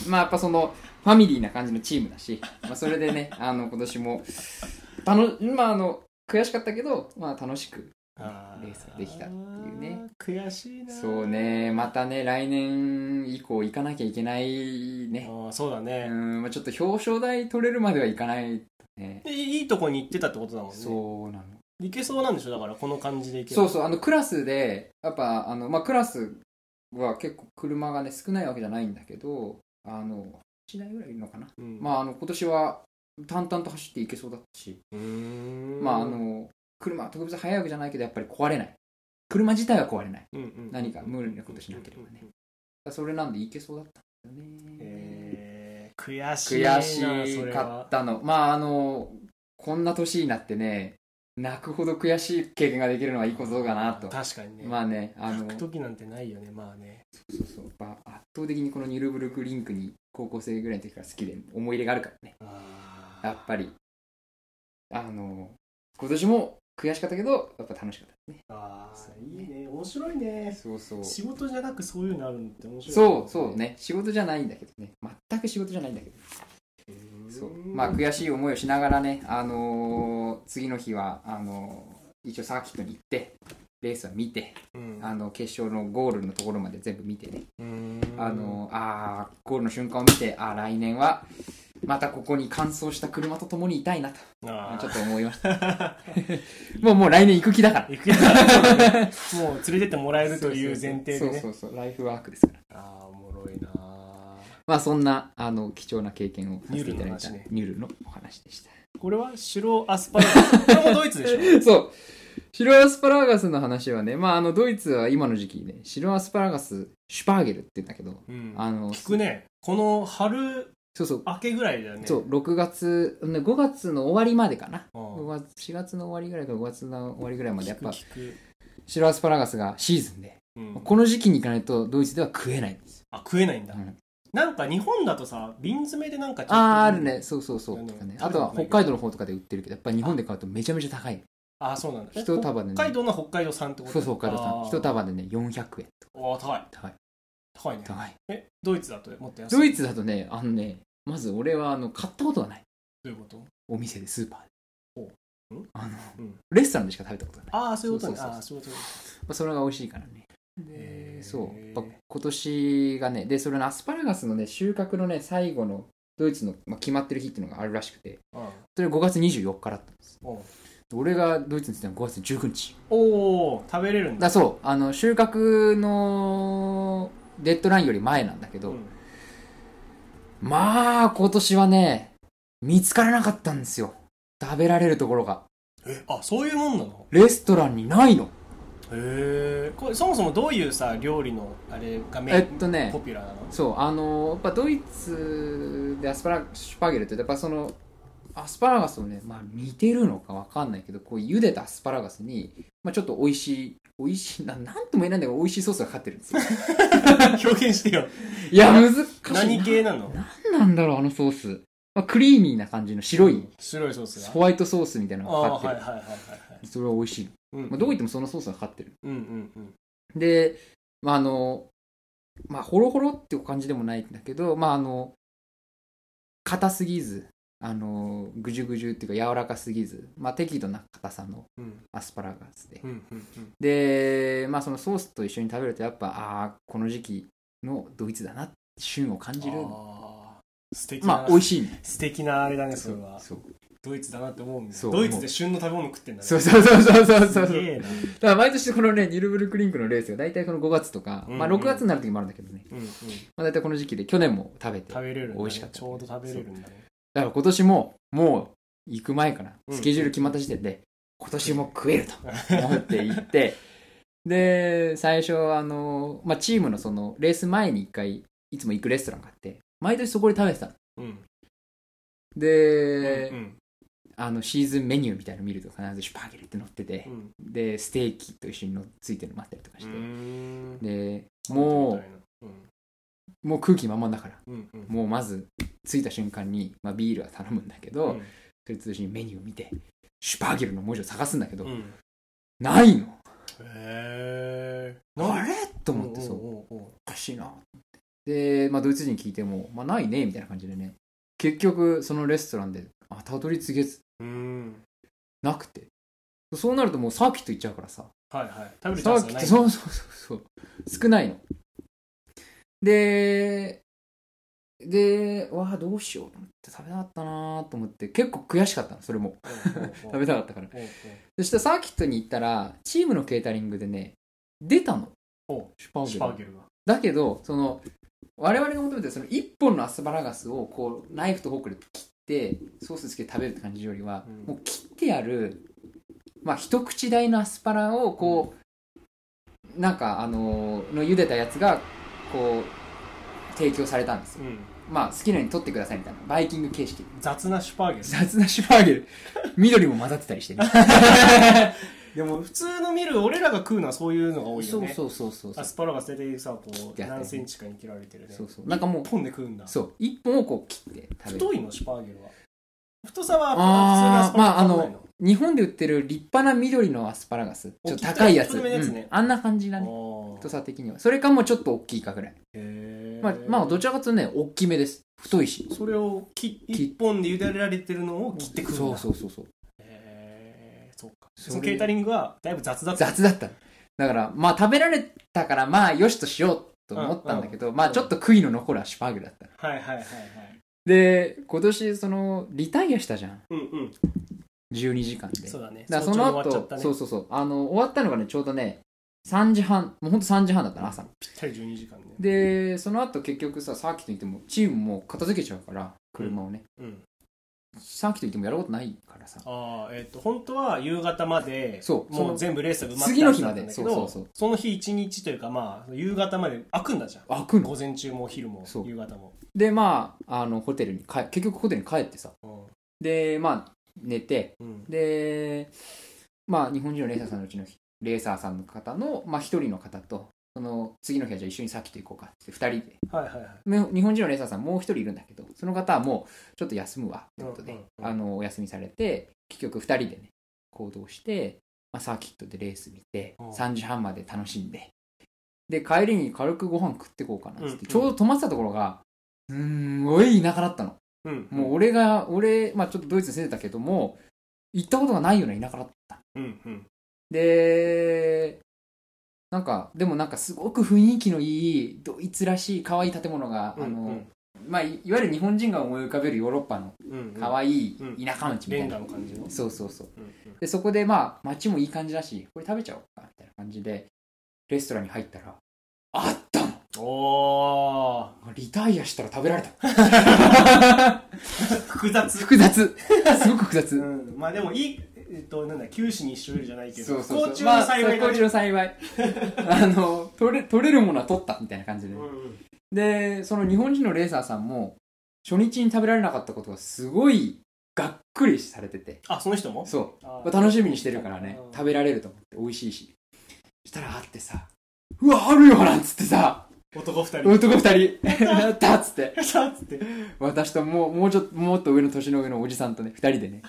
まあやっぱその、ファミリーな感じのチームだし、まあそれ でね、あの、今年も、たの、まああの、悔しかったけど、まあ楽しく。
あ
レースができたっていうね
悔しいな
そうね、またね、来年以降行かなきゃいけない
あ
ね。
ーそうだ
う
ね
ん、まあちょっと表彰台取れるまではいかないとね。
でいいとこに行ってたってことだもんね
そうなの。
いけそうなんでしょだからこの感じでいけ
そう
そ
そう、あのクラスで、やっぱ、あの、まあ、クラスは結構車がね、少ないわけじゃないんだけど、あの、8台ぐらいいるのかな。
う、ん、
まあ、あの、今年は淡々と走っていけそうだったし、
うーん
まあ、あの、車は特別速いわけじゃないけど、やっぱり壊れない。車自体は壊れない。
うんうん
何か無理なことしなければね。それなんでいけそうだったんだよね。
えー、悔しいな
悔しかったの。まあ、あの、こんな年になってね、泣くほど悔しい経験ができるのはいいことだなと
それは。確かにね、
ま
あ、
あね、あの
泣く、時なんてないよねまあね
そうそうまあ圧倒的にこのニュルブルクリンクに高校生ぐらいの時から好きで思い入れがあるからね
あ
やっぱりあの今年も悔しかったけどやっぱ楽しかっ
あーいいね面白いね
たそうそう
仕事じゃなくそういうのあるのって面白い
そうそうね仕事じゃないんだけどね全く仕事じゃないんだけど
うーん
そうまあ悔しい思いをしながらねあのー次の日はあのー一応サーキットに行ってレースは見て
うん
あの決勝のゴールのところまで全部見てね
うーん
あのあーゴールの瞬間を見てあー来年はまたここに完走した車と共にいたいなと
あー
ちょっと思いました もうもう来年行く気だから
行くやつ もう連れてってもらえるという前提でね
そうそうそうライフワークですから
ああおもろいな
まあそんなあの貴重な経験をさせていただい
ニュルの
た
話ね
ニュルのお話でした
これは白アスパラガスこれもドイツでしょ
そう白アスパラガスの話はねまああのドイツは今の時期ね白アスパラガスシュパーゲルって言うんだけど
うん
あの
聞くねこの春
そうそう
明けぐらいだよね
そう6月ね5月の終わりまでかな
うん
5月4月の終わりぐらいから5月の終わりぐらいまでやっぱ
聞く聞く
白アスパラガスがシーズンで、
うん
この時期に行かないとドイツでは食えないんです
あ食えないんだ
よ、うん
なんか日本だとさ瓶詰めでなんかちょっと
ああ、あるね。そうそうそう。
あの
とかね
食べた
あ
こととない
は北海道の方とかで売ってるけど、やっぱ日本で買うとめちゃめちゃ高い。
ああそうなんだえ
一束でね
北海道の北海道産ってこと
そうそう、北海道さ
あ
ん。
ー
一束でね、400円。
おー高い
高い。
高いね
高い。
えドイツだともっと安い
ドイツだとね、あのね、まず俺はあの買ったことがない。
どういうこと
お店で、スーパーで
おん。
あの、
うん
レストランでしか食べたことがない。ま
ああそういうことね
そうそうそう
ああそういうことね
あ、それが美味しいからね。
へー
そう。やっぱ今年がね、で、それのアスパラガスのね、収穫のね、最後の、ドイツの、まあ、決まってる日っていうのがあるらしくて、
うん
それ5月24日だったんです。
おう
俺がドイツに来たのは5月19日。
おー食べれるんだ
だそう、あの、収穫のデッドラインより前なんだけど、
うん
まあ、今年はね、見つからなかったんですよ。食べられるところが。
えあそういうもんなの
レストランにないの。
へえこれそもそもどういうさ料理のあれがメイン
えっとね
ポピュラーなの
そう、あの、やっぱドイツでアスパラシュパゲルって、やっぱその、アスパラガスをね、まあ似てるのかわかんないけど、こう茹でたアスパラガスに、まあちょっと美味しい、美味しい、ななんとも言えないんだけど、美味しいソースがかかってるんで すよ。
表現して よ
いや、難しい。
何系なの
何なんだろう、あのソース。まあ、クリーミーな感じの白い
白いソースが
ホワイトソースみたいなの
あ
が
あー
かか
は
っ
い
て
はいはい
る。
はいはい
それは美味しい。
うん
まあ、どこ行ってもそのソースがかかってる。
うんうんうん
で、まあ、あの、まあ、ホロホロっていう感じでもないんだけど、まあ、あの、硬すぎず、あの、ぐじゅぐじゅっていうか柔らかすぎず、まあ、適度な硬さの
うん
アスパラガスで。
うんうんうん
で、まあ、そのソースと一緒に食べると、やっぱ、ああ、この時期のドイツだな、旬を感じる。
あー素敵な、
まあ、美味しいね。
素敵なあれだねそれは
そう
ドイツだなって思うんです
そう
ドイツで旬の食べ物食ってんだね
そうそうそうそうそうそう
すげえな
だから毎年このね、ニュルブルクリンクのレースが大体この5月とか、
うん
まあ6月になる時もあるんだけどね、
うんうん食
まあ大体この時期で去年も食べて、だ
べれるんだね
美味しかった
ちょうど食べれるんだね
から今年ももう行く前から
うん
スケジュール決まった時点で、今年も食える と思って行って、で、最初あの、まあチームのそのレース前に一回、いつも行くレストランがあって、毎年そこで食べてたの。
うん
で、
うんうん
あのシーズンメニューみたいなの見ると必ずシュパーゲルって乗ってて
う、ん
で、ステーキと一緒にのついてるのもあったりとか
う
して、
ん
で、も
う
う、もう空気満々だから、
んうんうん
もうまず着いた瞬間に、まあ、ビールは頼むんだけど、
うん
それ通信メニューを見てシュパーゲルの文字を探すんだけど、
うん
ないの
へえ
あれと思ってそうおかしいなで、まあ、ドイツ人に聞いても、まあ、ないねみたいな感じでね結局そのレストランであたどり着けず
うん
なくてそうなるともうサーキット行っちゃうからさ
はいはい食べるチ
サ
ャン
ー
ス
キ
がな
ット
い
そうそうそうそう少ないのででわあどうしようと思って食べたかったなーと思って結構悔しかったのそれも食
食
べた
か
か
っ
ったから
た
そしてサーキットに行ったら、チームのケータリングでね、出たの
お。
シュパーゲ
シュ
ル
パーゲルが
だけど、その、我々が求めてるその一本のアスパラガスをこう、ナイフとフォークで切って、ソースつけて食べるって感じよりは、
うん
もう切ってある、まあ一口大のアスパラをこう、なんかあのーの茹でたやつが、こう、提供されたんですよ。
うん
まあ好きなように取ってくださいみたいな、バイキング形式。
雑なシュパーゲル
雑なシュパーゲル。緑も混ざってたりしてね。
でも普通の見る俺らが食うのはそういうのが多いよね
そうそうそうそう
アスパラガス大体さこ
て
う
あってね
何センチかに切られてるね
そうそうなんかもう
1本で食うんだ
そう一本をこう切って食べる
太いのシュパーゲルは太さは普通のア
あ
ス
あ
パラ
ま
ガ
ああ
スと変わんない
の日本で売ってる立派な緑のアスパラガスちょっと高いやつ
大きい太めのやつね
うんあんな感じだね
の
太さ的にはそれかもうちょっと大きいかぐらい、
へえ
まあ、まあどちらかというとね大きめです太いし
それをき一本で茹でられてるのを切ってくるん
そう
だ
そうそうそう
へーそうか
そ
そ
れ
のケータリングはだいぶ雑だった
雑だっただからまあ食べられたからまあよしとしようと思ったんだけど、まあちょっと悔いの残るアシュパーゲルだった
はいはいはいはい
で今年そのリタイアしたじゃん
うんうん
12時間で
そうだね
だからその
早朝に終わっちゃっ
後、
たね
そうそうそうあの終わったのがねちょうどね3時半もうほんと3時半だったの朝の
ぴったり12時間ね
でその後結局さサーキット行ってもチームも片付けちゃうから車をね、
うん
サーキット行ってもやることないからさ
ああえっと本当は夕方まで
そうそ
も
の
う全部レースが埋まって
次の日まで
あったんだけど
そうそうそう
その日一日というかまあ夕方まで開くんだじゃん
あ来んの
午前中も昼も
そう
夕方も
でまああのホテルに帰結局ホテルに帰ってさ
う
でまあ寝て
ん
でまあ日本人のレーサーさんのうちのレーサーさんの方の、まあ、一人の方とその次の日はじゃあ一緒にさっきと行こうかって2人で
はいはいはい
ね日本人のレーサーさんもう1人いるんだけどその方はもうちょっと休むわってことで、
うんうんうん
あのお休みされて結局2人でね行動して、まあ、サーキットでレース見て
うん
3時半まで楽しんでで帰りに軽くご飯食ってこうかなっつって、
うんうん
ちょうど泊まってたところがすんごい田舎だったの
うん
もう俺が俺、まあ、ちょっとドイツに住んでたけども行ったことがないような田舎だった
うんうん
でなんかでもなんかすごく雰囲気のいいドイツらしい可愛い建物が、あの
うん
まあ、いいわゆる日本人が思い浮かべるヨーロッパの
うんうん
可愛い
うん
田舎町みた
レ
い
ン
な、
ガの感じの
そうそうそう
うんうん
でそこでまあ街もいい感じだしこれ食べちゃおうかみたいな感じでレストランに入ったらあったの
おー
リタイアしたら食 べられた
複雑
複雑すごく複雑、
うんまあでもいいえっとなんだ九死に一生よりじゃないけ
そ
ど
う
不
そうそう
幸中の幸い
まあ
だ
不幸
ね
中の 幸いあの取れ取れるものは取ったみたいな感じで、
うんうん
でその日本人のレーサーさんも初日に食べられなかったことがすごいがっくりされてて
あその人も
そ
あ
う
ー
楽しみにしてるからね
うん
食べられると思って美味しいししたらあってさ「うわあるよ!」なんつってさ
男二人
男2人「 やった!」っつって
さっつって
私ともうもうちょっともっと上の年の上のおじさんとね2人でね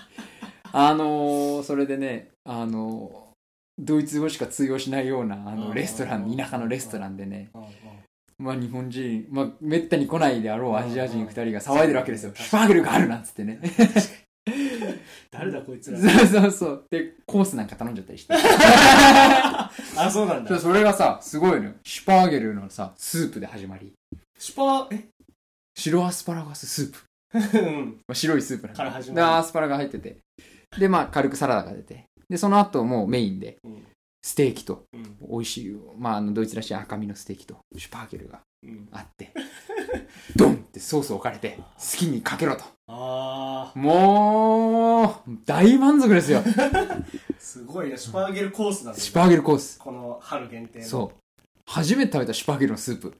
あのー、それでねあのー、ドイツ語しか通用しないようなあ
う
の
ん
レストラン田舎のレストランでねまあ日本人、まあめったに来ないであろうアジア人二人が騒いでるわけですよ
う。ん
スパーゲルがあるなんつってね。
誰だこいつ
そ
ら
う そうそう。で、コースなんか頼んじゃったりして。
あそうなんだ
そうそれがさ、すごいのよ。シュパーゲルのさ、スープで始まり。
シュパー
白アスパラガススープ。
えうん
まあ、白いスープなんだ
から始まる
でアスパラが入ってて。で、まあ軽くサラダが出て。で、その後もうメインで、
うん
ステーキと、
うん
美味しい、まああのドイツらしい赤身のステーキと、シュパーゲルが
うん
あ って、ドンってソースを置かれて、好きにかけろと。
あ
もう、大満足ですよ。
ーすごいねシュパーゲルコースだね
シュパーゲルコース。
この春限定の
そう。初めて食べたシュパーゲルのス ープ。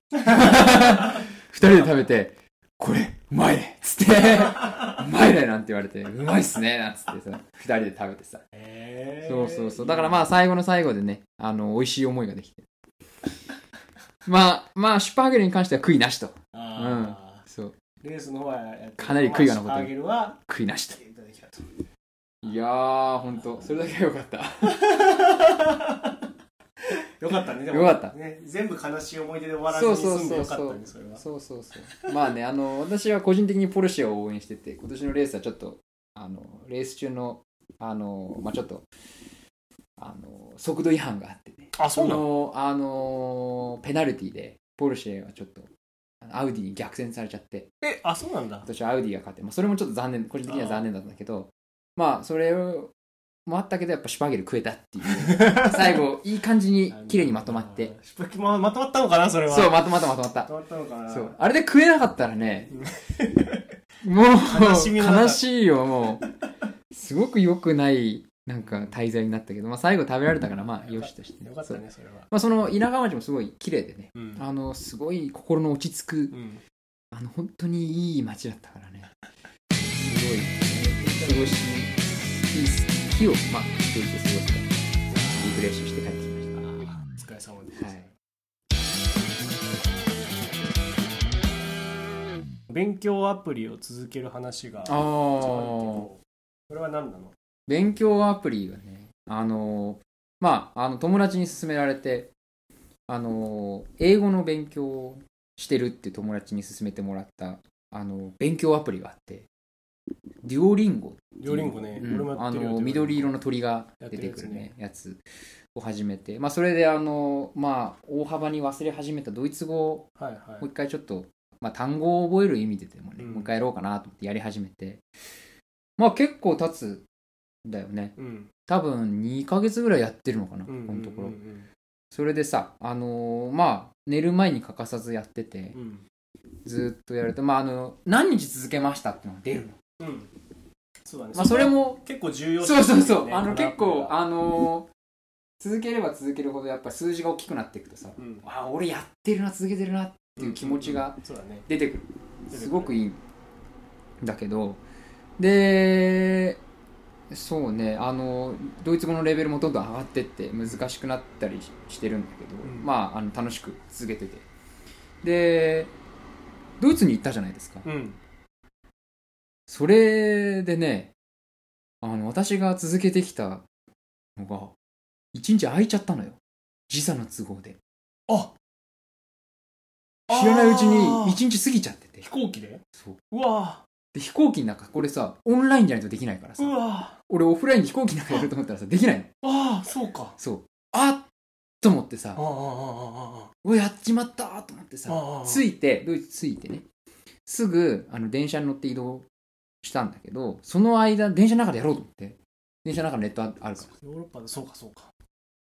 二人で食べて、これ、うまいねつって、うまいねなんて言われて、うまいっすねなんつってさ、二人で食べてさ。
へー
そうそうそう。だからまあ最後の最後でね、あの、美味しい思いができて。まあ、まあ、シュパーゲルに関しては悔いなしと。
あ
そう。
ーレースの方はやって
かなり悔いが残ってる
まあシュパーゲルは
悔いなしと。
いただきた
いやー、ほんと、それだけはよかった。
と よかったねでも
よかった
ね全部悲しい思い出で終わらずに済んでよかったねそれは
そうそうそう。まあね、あの、私は個人的にポルシェを応援してて、今年のレースはちょっと、あの、レース中の、あの、まあちょっと、あの、速度違反があってね。
あ
の、あの、ペナルティで、ポルシェはちょっと、あのアウディに逆転されちゃって、
えあそうなんだ
私はアウディが勝って、まあ、それもちょっと残念、個人的には残念だったんだけど、まあ、それもあったけど、やっぱシュパーゲル食えたっていう、最後、いい感じに、綺麗にまとまって、
あー失敗ままとまったのかなそれは
そう、まとまったまとまった
ま。とまったのかな
そうあれで食えなかったらねもう
悲
悲
し
し
みの中
いよもうすごく良くないなんか滞在になったけど、まあ、最後食べられたからまあよしとして、
よかっ
そ
た
う
ねそれは
まあ、その稲川町もすごい綺麗でね
うん
あのすごい心の落ち着く
うん
あの本当にいい町だったからねすごい過ごしいい日をまあ一人で過ごしたリフレッシュして帰ってきまし
あ
た
ーお疲れ様です、
はい
勉強アプリを続ける話が
あ
あるけ
あ
どこれは何なの
勉強アプリがね、あの、まあ、あの友達に勧められて、あの、英語の勉強をしてるっていう友達に勧めてもらった、あの、勉強アプリがあって、デュオリンゴ
両リンゴね、
うん
俺もや
あ
ってるよ
の緑色の鳥が出てくるねやつを始めて、まあ、それであの、まあ、大幅に忘れ始めたドイツ語を
はいは
もう一回ちょっと、まあ、単語を覚える意味ででもね、
うん
もう一回やろうかなと思ってやり始めてまあ結構経つんだよね
いうん
多分2ヶ月ぐらいやってるのかな、
うん
このとこ
う
ろ
んうん
それでさあのーまあ寝る前に欠かさずやってて
うん
ずーっとやるとまああの何日続けましたってのが出るの、
うんうんそうだね
まあ、それ
こ
も
は結構重要視
そうそうそう、
ね
あの
こア
結
プリ
構
は
あのー続ければ続けるほどやっぱ数字が大きくなっていくとさ
うん
あ俺やってるな続けてるなっていう気持ちが
そうだね
出てくる
出てくる
すごくいいんだけどでそうねあのドイツ語のレベルもどんどん上がってって難しくなったりししてるんだけど、
うん
まああの楽しく続けててでドイツに行ったじゃないですか、
うん
それでねあの私が続けてきたのが一日空いちゃったのよ時差の都合で
あ
知らないうち
あー
に一日過ぎちゃってて
飛行機で
そう
うわ
で飛行機の中これさオンラインじゃないとできないからさ
ーうわ
俺オフラインで飛行機の中やると思ったらさできないの
ーああそうか
そうあっと思ってさ
あああああ
うわやっちまったーと思って
あ
さ
あああ
着いてドイツ着いてねすぐあの電車に乗って移動したんだけどその間電車の中でやろうと思って電車の中ネットああるから
ヨーロッパでそうかそうか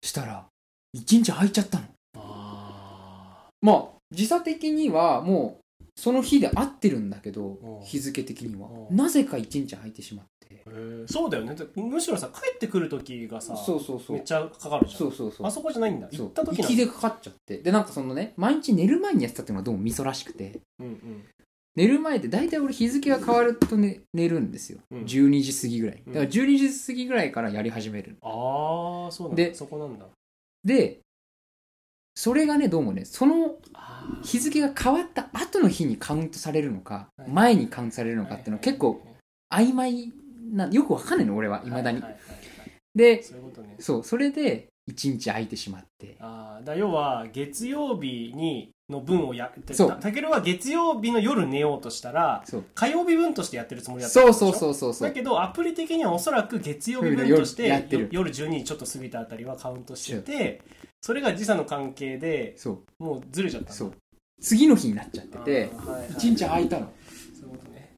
したら一日空いちゃったの
あ
まあ時差的にはもうその日で合ってるんだけど
うん
日付的には
うん
なぜか一日空いてしまって
あへーそうだよねだむしろさ帰ってくる時がさ
そうそうそ
めっ
う
ちゃかかるじゃん
そうそうそう
あそこじゃないんだ
そ
行
う
った時
行
な
き
んだ
でかかっちゃってでなんかそのね毎日寝る前にやってたっていうのがどうもミソらしくて
うんうん
寝る前って大体俺日付が変わると、ね、寝るんですよ、
うん
12時過ぎぐらい
うん
だから12時過ぎぐらいからやり始めるの
ああそうなんだ
で
そこなんだ
でそれがねどうもねその
あ
日付が変わった後の日にカウントされるのか、
はい
前にカウントされるのかっていうのは結構曖昧なよくわかんないの俺はい未だに、
はいはいはい
で
そういうことね
そうそれで1日空いてしまって
あーだ要は月曜日にの分をやって
そう
たけるは月曜日の夜寝ようとしたら
そう
火曜日分としてやってるつもりだったん
そ
でしょ
うそうそうそうそう
だけどアプリ的にはおそらく月曜日分として
夜やってる
よ夜12時ちょっと過ぎたあたりはカウントしててそれが時差の関係で
そう
もうずれちゃったんだ
そう次の日になっちゃって
あー
て
はいはい
1日空いたの
そういうことね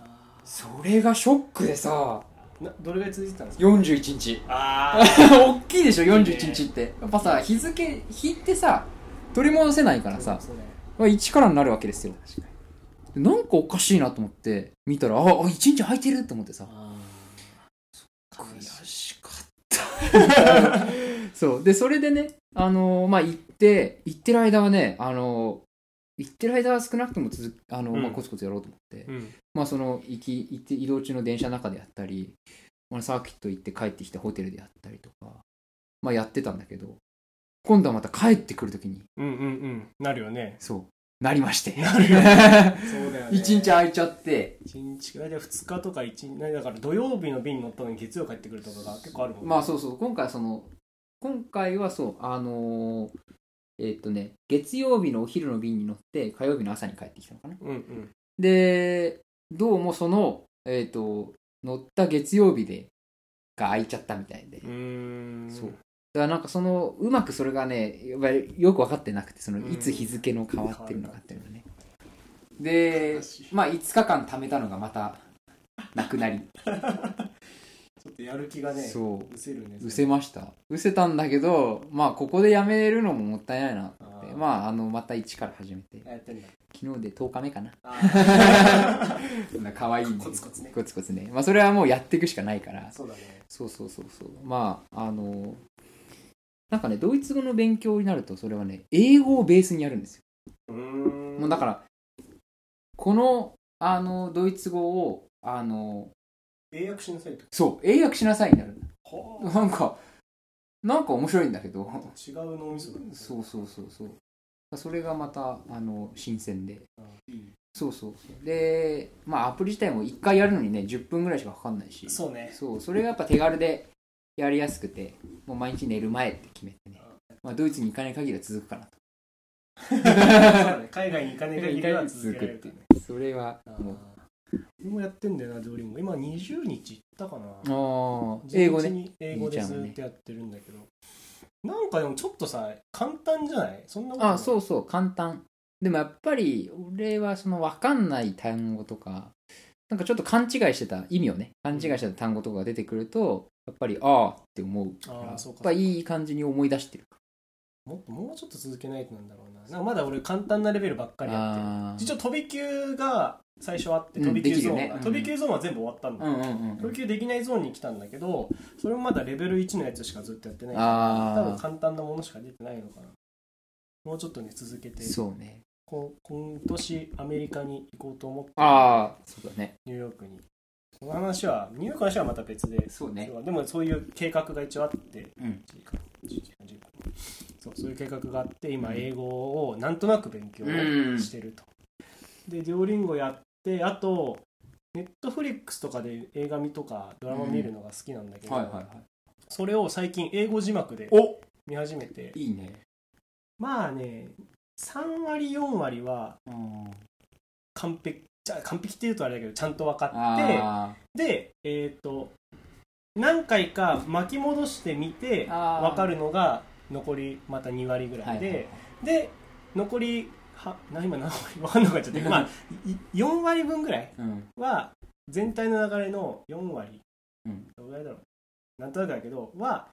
あ
それがショックでさ
ーなどれぐらい続いてたんですか
41日
あー
大きいでしょ41日ってやっぱさ日付日ってさ取り戻せないからさ
そうですね
1からになるわけですよなんかおかしいなと思って見たらああ1日空いてると思ってさ
あー
悔しかった そうでそれでねあのーまあ行って行ってる間はねあのー行ってる間は少なくとも続くあのー、まあ、
うん
コツコツやろうと思って、
うん
まあその行き行って移動中の電車の中でやったり、まあ、サーキット行って帰ってきてホテルでやったりとか、まあ、やってたんだけど今度はまた帰ってくるときに
うんうんうんなるよね
そうなりまして
なるよそうだよね
一日空いちゃって
一日大体2日とか1日だから土曜日の便に乗ったのに月曜帰ってくるとかが結構あるもんね
まあそうそう今回はその今回はそうあのーえーっとね月曜日のお昼の便に乗って火曜日の朝に帰ってきたのかな
うんうん
でどうもそのえーっと乗った月曜日でが空いちゃったみたいで、
うーん
そうだからなんかそのうまくそれがねやっぱりよく分かってなくてその
うん
いつ日付の変わってるのかっていうのがね
悲
で
しい
まあ5日間貯めたのがまたなくなり、
ちょっとやる気がねう
そう
せるね
うせましたうせたんだけどまあここでやめるのももったいないなと思って
あー
まああのまた1から始めて
あやってんだ
昨日で10日目かな
あ
そんな可愛いんで
コツコツね
コツコツねまあそれはもうやっていくしかないから
ーそうだね
そうそうそうそうまああのなんかねドイツ語の勉強になるとそれはね英語をベースにやるんですよ
うーん
もうだからこのあのドイツ語をあの
英訳しなさいと
そう英訳しなさいになる
はあ
なんかなんか面白いんだけど
違う脳みそだね
そうそうそうそうそれがまたあの新鮮で
あーい
そうそうそうでまあアプリ自体も1回やるのにね10分ぐらいしかかかんないし
いそうね
そうそれがやっぱ手軽でやりやすくてもう毎日寝る前って決めてね、まあ、ドイツに行かない限りは続くかなと
そうだね海外に行かない限りは続けられるからね
それは
あ
もう
ー俺もやってんだよな、ドリーム。今20日行ったかな。
あー英語
前日
ね
に英語でずっとやってるんだけど、なんかでもちょっとさ簡単じゃないそんなこと
あそううそう簡単でもやっぱり俺はその分かんない単語とかなんかちょっと勘違いしてた意味をね勘違いしてた単語とかが出てくるとやっぱりああって思うから
あ
や
ー
っ
そうか
ぱいい感じに思い出してる
もっともうちょっと続けないとなんだろうななんかまだ俺簡単なレベルばっかりやってる
あー
一応飛び級が最初あって
うん
飛び級ゾーンが、
できるよねうん
飛び級ゾーンは全部終わったんだ、
うんうんう
飛
ん
び級できないゾーンに来たんだけどそれもまだレベル1のやつしかずっとやってないから
あー
多分簡単なものしか出てないのかなもうちょっとね続けて
そうね
こ今年アメリカに行こうと思って
ああそうだね
ニューヨークにその話はニューヨークの話はまた別で
そうね
でもそういう計画が一応あって
うん
そうそういう計画があって今英語をなんとなく勉強してると、でデュオリンゴやってあとネットフリックスとかで映画見とかドラマ見るのが好きなんだけど、
はいはいは
それを最近英語字幕で
いお
見始めて
いいね
まあね3割4割は
うん
完璧じゃあ完璧っていうとあれだけどちゃんと分かって
あ
でえっ、と何回か巻き戻してみて
あー
分かるのが残りまた2割ぐ
ー
ら
はいい
で、
で
で残りはな今何割 分かんなくなっちゃってまあい4割分ぐらい
うん
は全体の流れの4割
うん
どれぐらいだろうなんとなくだけどは、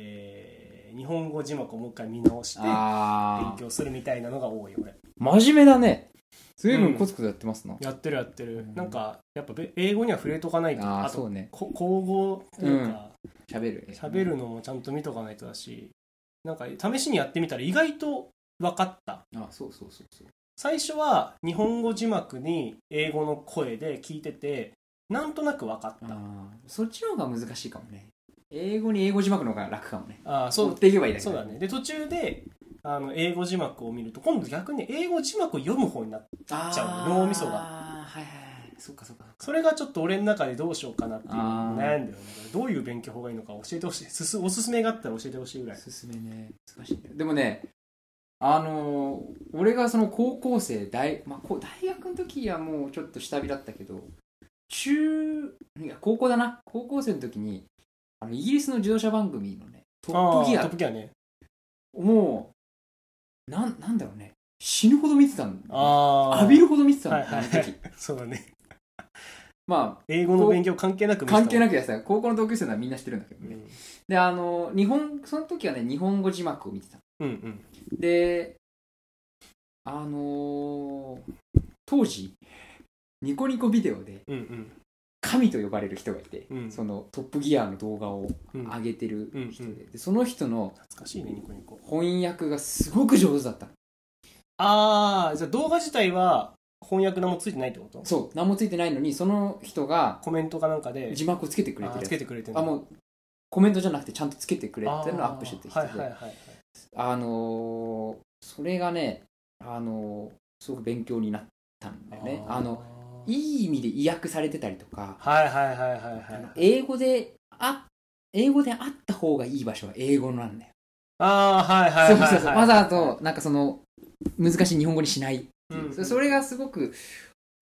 えー日本語字幕をもう一回見直して勉
ああ
強するみたいなのが多い俺
真面目だね随
うん
分コツコツやってますな
やってるやってる、
うん
なんかやっぱべ英語には触れとかないと
ああ
と
そうね
こ口語というか
喋る
喋、るのもちゃんと見とかないとだしなんか試しにやってみたら意外と分かった
あそうそうそうそう
最初は日本語字幕に英語の声で聞いててなんとなく分かった、あ
あーそっちの方が難しいかもね英語に英語字幕の方が楽かもね
あそ
持
う
っていけばいいだけ
そうだねで途中であの英語字幕を見ると今度逆に英語字幕を読む方になって
あー
ちゃう脳みそが
はいはいはいそっかそっか
それがちょっと俺の中でどうしようかなっていうの
あ
を
ー
悩んでるんだけどどういう勉強法がいいのか教えてほしいすすおすすめがあったら教えてほしいぐらい
すすめね難しいんだよでもねあのー俺がその高校生大,、まあ、こう大学の時はもうちょっと下火だったけど中いや高校だな高校生の時にあのイギリスの自動車番組のねトップギ
あート
ア
ップギアね
もうなんなんだろうね死ぬほど見てたんだよ
ああ
浴びるほど見てたんだよ、
はいはい
あの時
そうだね
まあ
英語の勉強関係なく
関係な
く、
くやってた高校の同級生ならみんな知ってるんだけど
う
ね、
ん、
であの日本その時はね日本語字幕を見てた
うんうん
であのー当時ニコニコビデオで
うん
神と呼ばれる人がいて、
うん
そのトップギアの動画を
うんうん
上げてる人で,、
うんうん
でその人の
懐かしいねニコニコ
翻訳がすごく上手だった
ああじゃあ動画自体は翻訳何もついてないってこと
そう何もついてないのにその人が
コメントかなんかで
字幕をつけてくれ
あ
て
ー
る
つけてくれてる
あもうコメントじゃなくてちゃんとつけてくれてるのをアップしてて人
はい
で、
はいはいはい
あのーそれがね、あのーすごく勉強になったんだよね。あの
ー
いい意味で意訳されてたりとか、
はいはいはいはいはい
英語であ英語であった方がいい場所は英語なんだよ。
ああはいはい
そう
はいはい
そうそう。わざわざなんかその難しい日本語にしないっていう
うん
そそれがすごく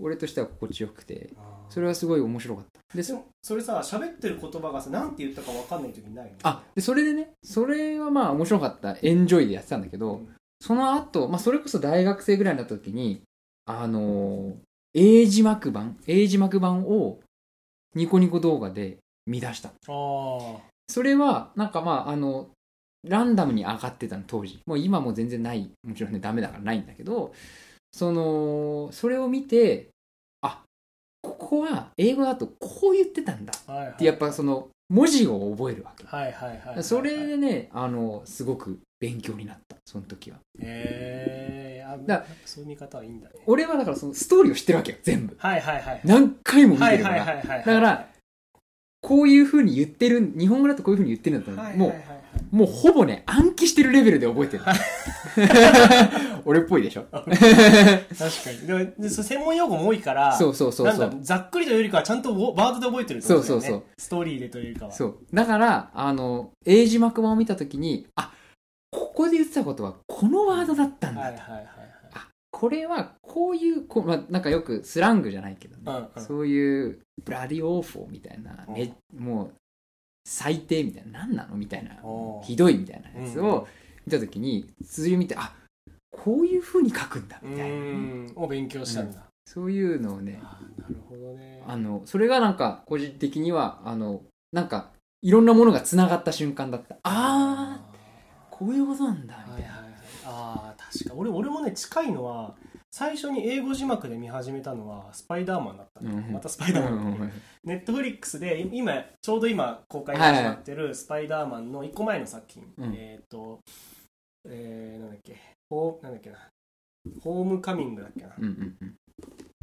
俺としては心地よくて、
あー
それはすごい面白かった。で
で
そ
もそれさ喋ってる言葉がさなんて言ったかわかんない時にないの
あでそれでね、それはまあ面白かった、エンジョイでやってたんだけど、その後、まあ、それこそ大学生ぐらいになった時に、あのー英字幕版、英字幕版をニコニコ動画で見出した。
あー
それは、なんかまあ、あの、ランダムに上がってたの、当時。もう今も全然ない。もちろんね、ダメだからないんだけど、その、それを見て、あ、ここは英語だとこう言ってたんだっ
はいはい
て、やっぱその、文字を覚えるわけ。
はいはいはいはい
それでね、あの、すごく勉強になった、その時は。
へえあ
だから
そういう見方はいいんだね
俺はだからそのストーリーを知ってるわけよ全部
はいはいはい
何回も見
は
て
い
るか
はい
ら、
はいはい
だからこういうふうに言ってる日本語だとこういうふうに言ってるんだったら、
はい
も
はいは
う
いはい
もうほぼね暗記してるレベルで覚え てる俺っぽいでしょ
確かにでもでそう専門用語も多いから
そうそうそうそ
なん
う
だざっくりというよりかはちゃんとウォワードで覚えてるってことだよね
そうそうそう
ストーリーでというよりかは
そうだからあの英字幕版を見た時にあここで言ってたことはこのワードだったんだ、
はいはいはい
これはこういうこう、まあ、なんかよくスラングじゃないけどね、
はいうんうん
そういうブラディオーフォーみたいな、めもう最低みたいな何なのみたいな
おー
ひどいみたいなやつを見た時に通じ見てあこういうふうに書くんだ
う
みたいなね、
ーんを勉強したんだ、
そういうのをね
あーなるほどね
あのそれがなんか個人的にはあのなんかいろんなものがつながった瞬間だったあーこういうことなんだ
あーはい
みたい
はい
な、
はいあー確か俺俺もね近いのは最初に英語字幕で見始めたのはスパイダーマンだったね、
うん
またスパイダーマン、
うんうんうん
ネットフリックスでい今ちょうど今公開が始まってる「スパイダーマン」の1個前の作品、
うん
えっ、とえー、なんだっけホーなんだっけなホームカミングだっけな、
うんうんうん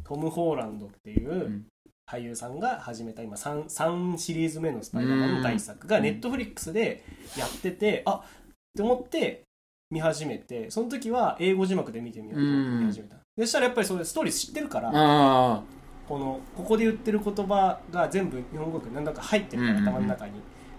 トム・ホーランドっていう、
ん
俳優さんが始めた今 3, 3シリーズ目の「スパイダーマン」の第1作が
うん
ネットフリックスでやっててあって思って見始めてその時は英語字幕で見てみようと思って見始めたそしたらやっぱりそれストーリー知ってるから
あ
このここで言ってる言葉が全部日本語なんだか入ってる
うんうんうん
頭の中に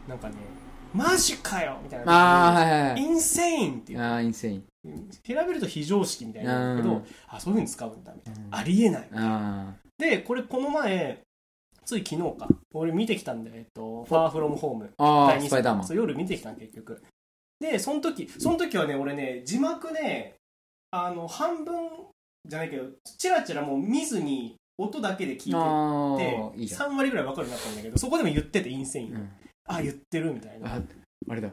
なんかね「マジかよ!」みたい
ー
な
あーはいは
イ
い
ンセイン」っていう
あーインセイン
調べると非常識みたいなんだけ
う
ど
ん
あそういうふうに使うんだみたい
うん
なありえない
あ
でこれこの前つい昨日か俺見てきたんだよえっと「ファーフロムホーム
ー」あ
第
ー
二
スパイダーマン
そう夜見てきたの結局でその時その時はね俺ね字幕ねあの半分じゃないけどチラチラもう見ずに音だけで聞い
あ
て
ー
て
いいじゃん
3割ぐらい分かるようになったんだけどそこでも言っててインセイン、
うん
あ言ってるみたいな
ああれだ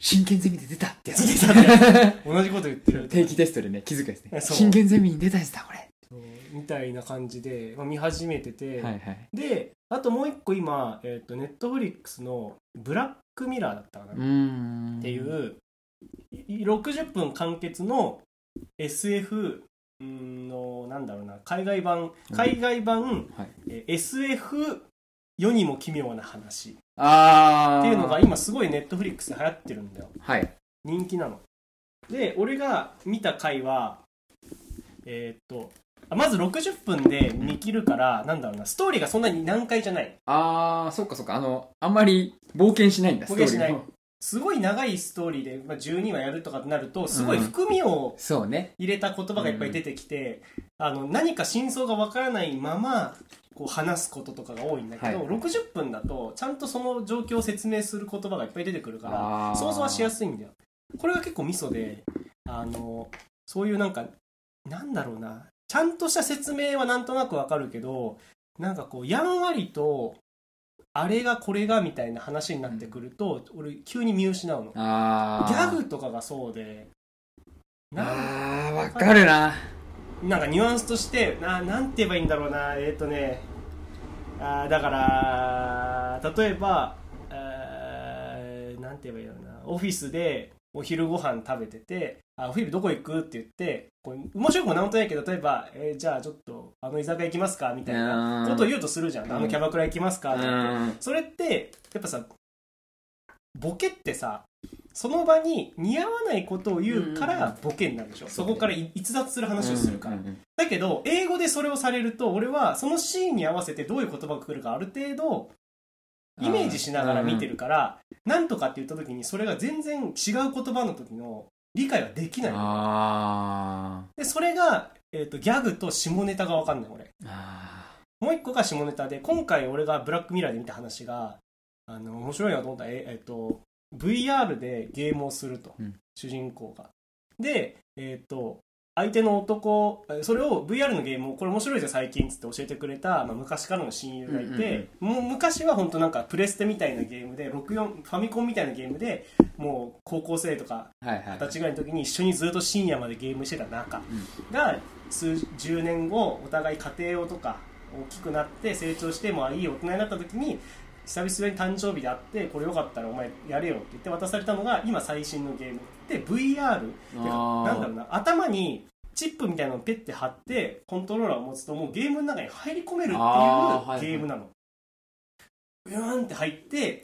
真剣ゼミで出たってやつ
出たね同じこと言ってる
定期テストでね気づくやつ
え
ね
そう
真剣ゼミに出たやつだこれ
そうみたいな感じで、まあ、見始めてて、
はいはい
であともう一個今えっ、とネットフリックスの「ブラックミラー」だったかな、
う
っ
ん
ていうい60分完結の SF うんのなんだろうな海外版海外版、
はい
えー SF 世にも奇妙な話っ
ああ
ていうのが今すごいネットフリックスで流行ってるんだよ
はい
人気なので俺が見た回はえーっとあまず60分で見切るから、なんだろうなストーリーがそんなに難解じゃない
ああそっかそっかあのあんまり冒険しないんだ
冒険しない
ストーリーも
すごい長いストーリーで、まあ、12話やるとかってなるとすごい
うん
含みを
そうね
入れた言葉がいっぱい出てきて、あの何か真相がわからないままこう話すこととかが多いんだけど、
はい
60分だとちゃんとその状況を説明する言葉がいっぱい出てくるから
あー
想像はしやすいんだよこれが結構ミソであのそういうなんかなんだろうなちゃんとした説明はなんとなくわかるけどなんかこうやんわりとあれがこれがみたいな話になってくると、俺急に見失うのギ
ああ
ャグとかがそうでなん
ああわかるな
なんかニュアンスとしてななんて言えばいいんだろうなえっ、とねあーだから例えばえーなんて言えばいいんだろうなオフィスでお昼ご飯食べてて「あお昼どこ行く?」って言ってこう面白くもなんとないけど例えば、えーじゃあちょっとあの居酒屋行きますか?」みたいなことを言うとするじゃん「
うん
あのキャバクラ行きますか?」
う
とかって
ん
それってやっぱさボケってさその場に似合わないことを言うか
うんうん
らボケになるでしょ、そこからい逸脱する話をするから、
うんうんうん
だけど英語でそれをされると俺はそのシーンに合わせてどういう言葉が来るかある程度イメージしながら見てるからなんとかって言った時にそれが全然違う言葉の時の理解はできない
あ
でそれが、えー、とギャグと下ネタが分かんない俺
ーあ
もう一個が下ネタで今回俺が「ブラックミラー」で見た話があの面白いなと思ったええっと VR でゲームをすると、
うん
主人公がでえっと相手の男えそれを VR のゲームをこれ面白いじゃん最近っつって教えてくれた、まあ、昔からの親友がいて、もう昔は本当なんかプレステみたいなゲームで64ファミコンみたいなゲームでもう高校生とか
ーはい
二
はい
十歳ぐらいの時に一緒にずっと深夜までゲームしてた仲が数10年後お互い家庭をとか大きくなって成長してもういい大人になった時に久々に誕生日で会ってこれよかったらお前やれよって言って渡されたのが今最新のゲームで VR てか
あー
なんだろうな頭にチップみたいなのをペッて貼ってコントローラーを持つともうゲームの中に入り込めるっていう
あーはいはい
ゲームなの。ビューンって入って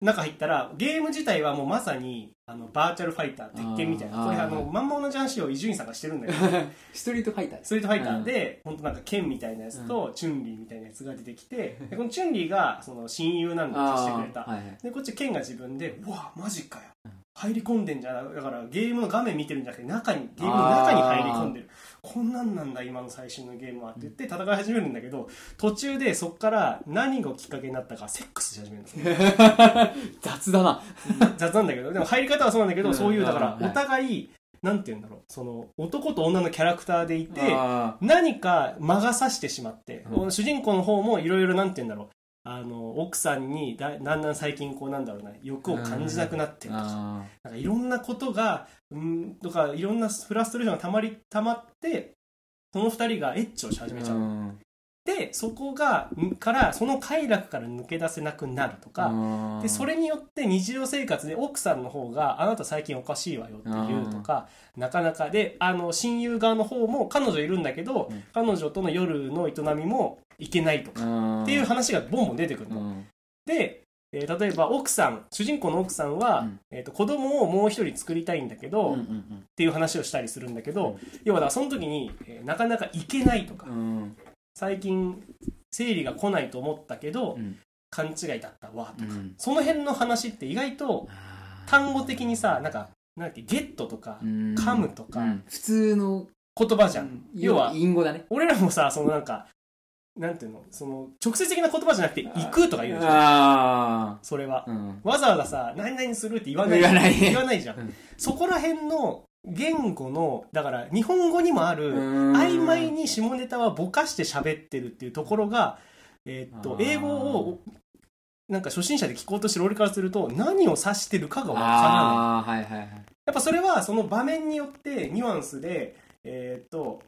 中入ったらゲーム自体はもうまさにあのバーチャルファイター鉄拳みたい
あー
なこれ
あー
あのまんま同じ話を伊集院さんがしてるんだけど
ストリートファイターです
ストリートファイターで、本当なんか剣みたいなやつと、チュンリーみたいなやつが出てきて、でこのチュンリーがその親友なんで貸してくれ
あー
た。
はいはい
で、こっち剣が自分で、うわ、マジかよ。入り込んでんじゃん。だからゲームの画面見てるんじゃなくて、中に、ゲームの中に入り込んでる。こんなんなんだ、今の最新のゲームはって言って戦い始めるんだけど、途中でそっから何がきっかけになったか、セックスし始めるんですよ
雑だな
雑なんだけど、でも入り方はそうなんだけ
う
ど、
ん
そういう、だか
う
ら
ん、はい
お互い、なんて言うんだろう、その、男と女のキャラクターでいて、
あ
何か魔が差してしまって、
うん
主人公の方もいろいろなんて言うんだろうあの奥さんにだだんだん最近こうなんだろうな欲を感じなくなって
ー
るとか
あ
なんかいろんなことがうんとかいろんなフラストレーションがたまりたまってその二人がエッチをし始
ー
めちゃう、
うん
でそこがんからその快楽から抜け出せなくなるとか、
あー
でそれによって日常生活で奥さんの方が「あなた最近おかしいわよ」って言うとかなかなかであの親友側の方も彼女いるんだけど、
うん
彼女との夜の営みもいけないとか、
あー
っていう話がボンボン出てくる
う
の。
ん
で、えー例えば奥さん主人公の奥さんは、
うん
えー、と子供をもう一人作りたいんだけど、
うんう
っ
ん
ていう話をしたりするんだけど、
うん
要はだからその時に、えーなかなか行けないとか、
うん
最近生理が来ないと思ったけど、
うん
勘違いだったわとか、
うん
その辺の話って意外と
あー
単語的にさなんかなんだっけゲットとか
うん
噛むとか
うん普通の
言葉じゃん、要は
隠語だね
俺らもさそのなんかなんていうのその直接的な言葉じゃなくて「行く」とか言うじゃん
あ
それは
あ、うん、
わざわざさ「何々する」って言わない
言わない
言わないじゃん、
うん
そこら辺の言語のだから日本語にもある、
曖
曖昧に下ネタはぼかして喋ってるっていうところが、えーっ
あ
と
ー
英語をなんか初心者で聞こうとしてる俺からすると何を指してるかがわからない
ああはいはいはい
やっぱそれはその場面によってニュアンスでえーっと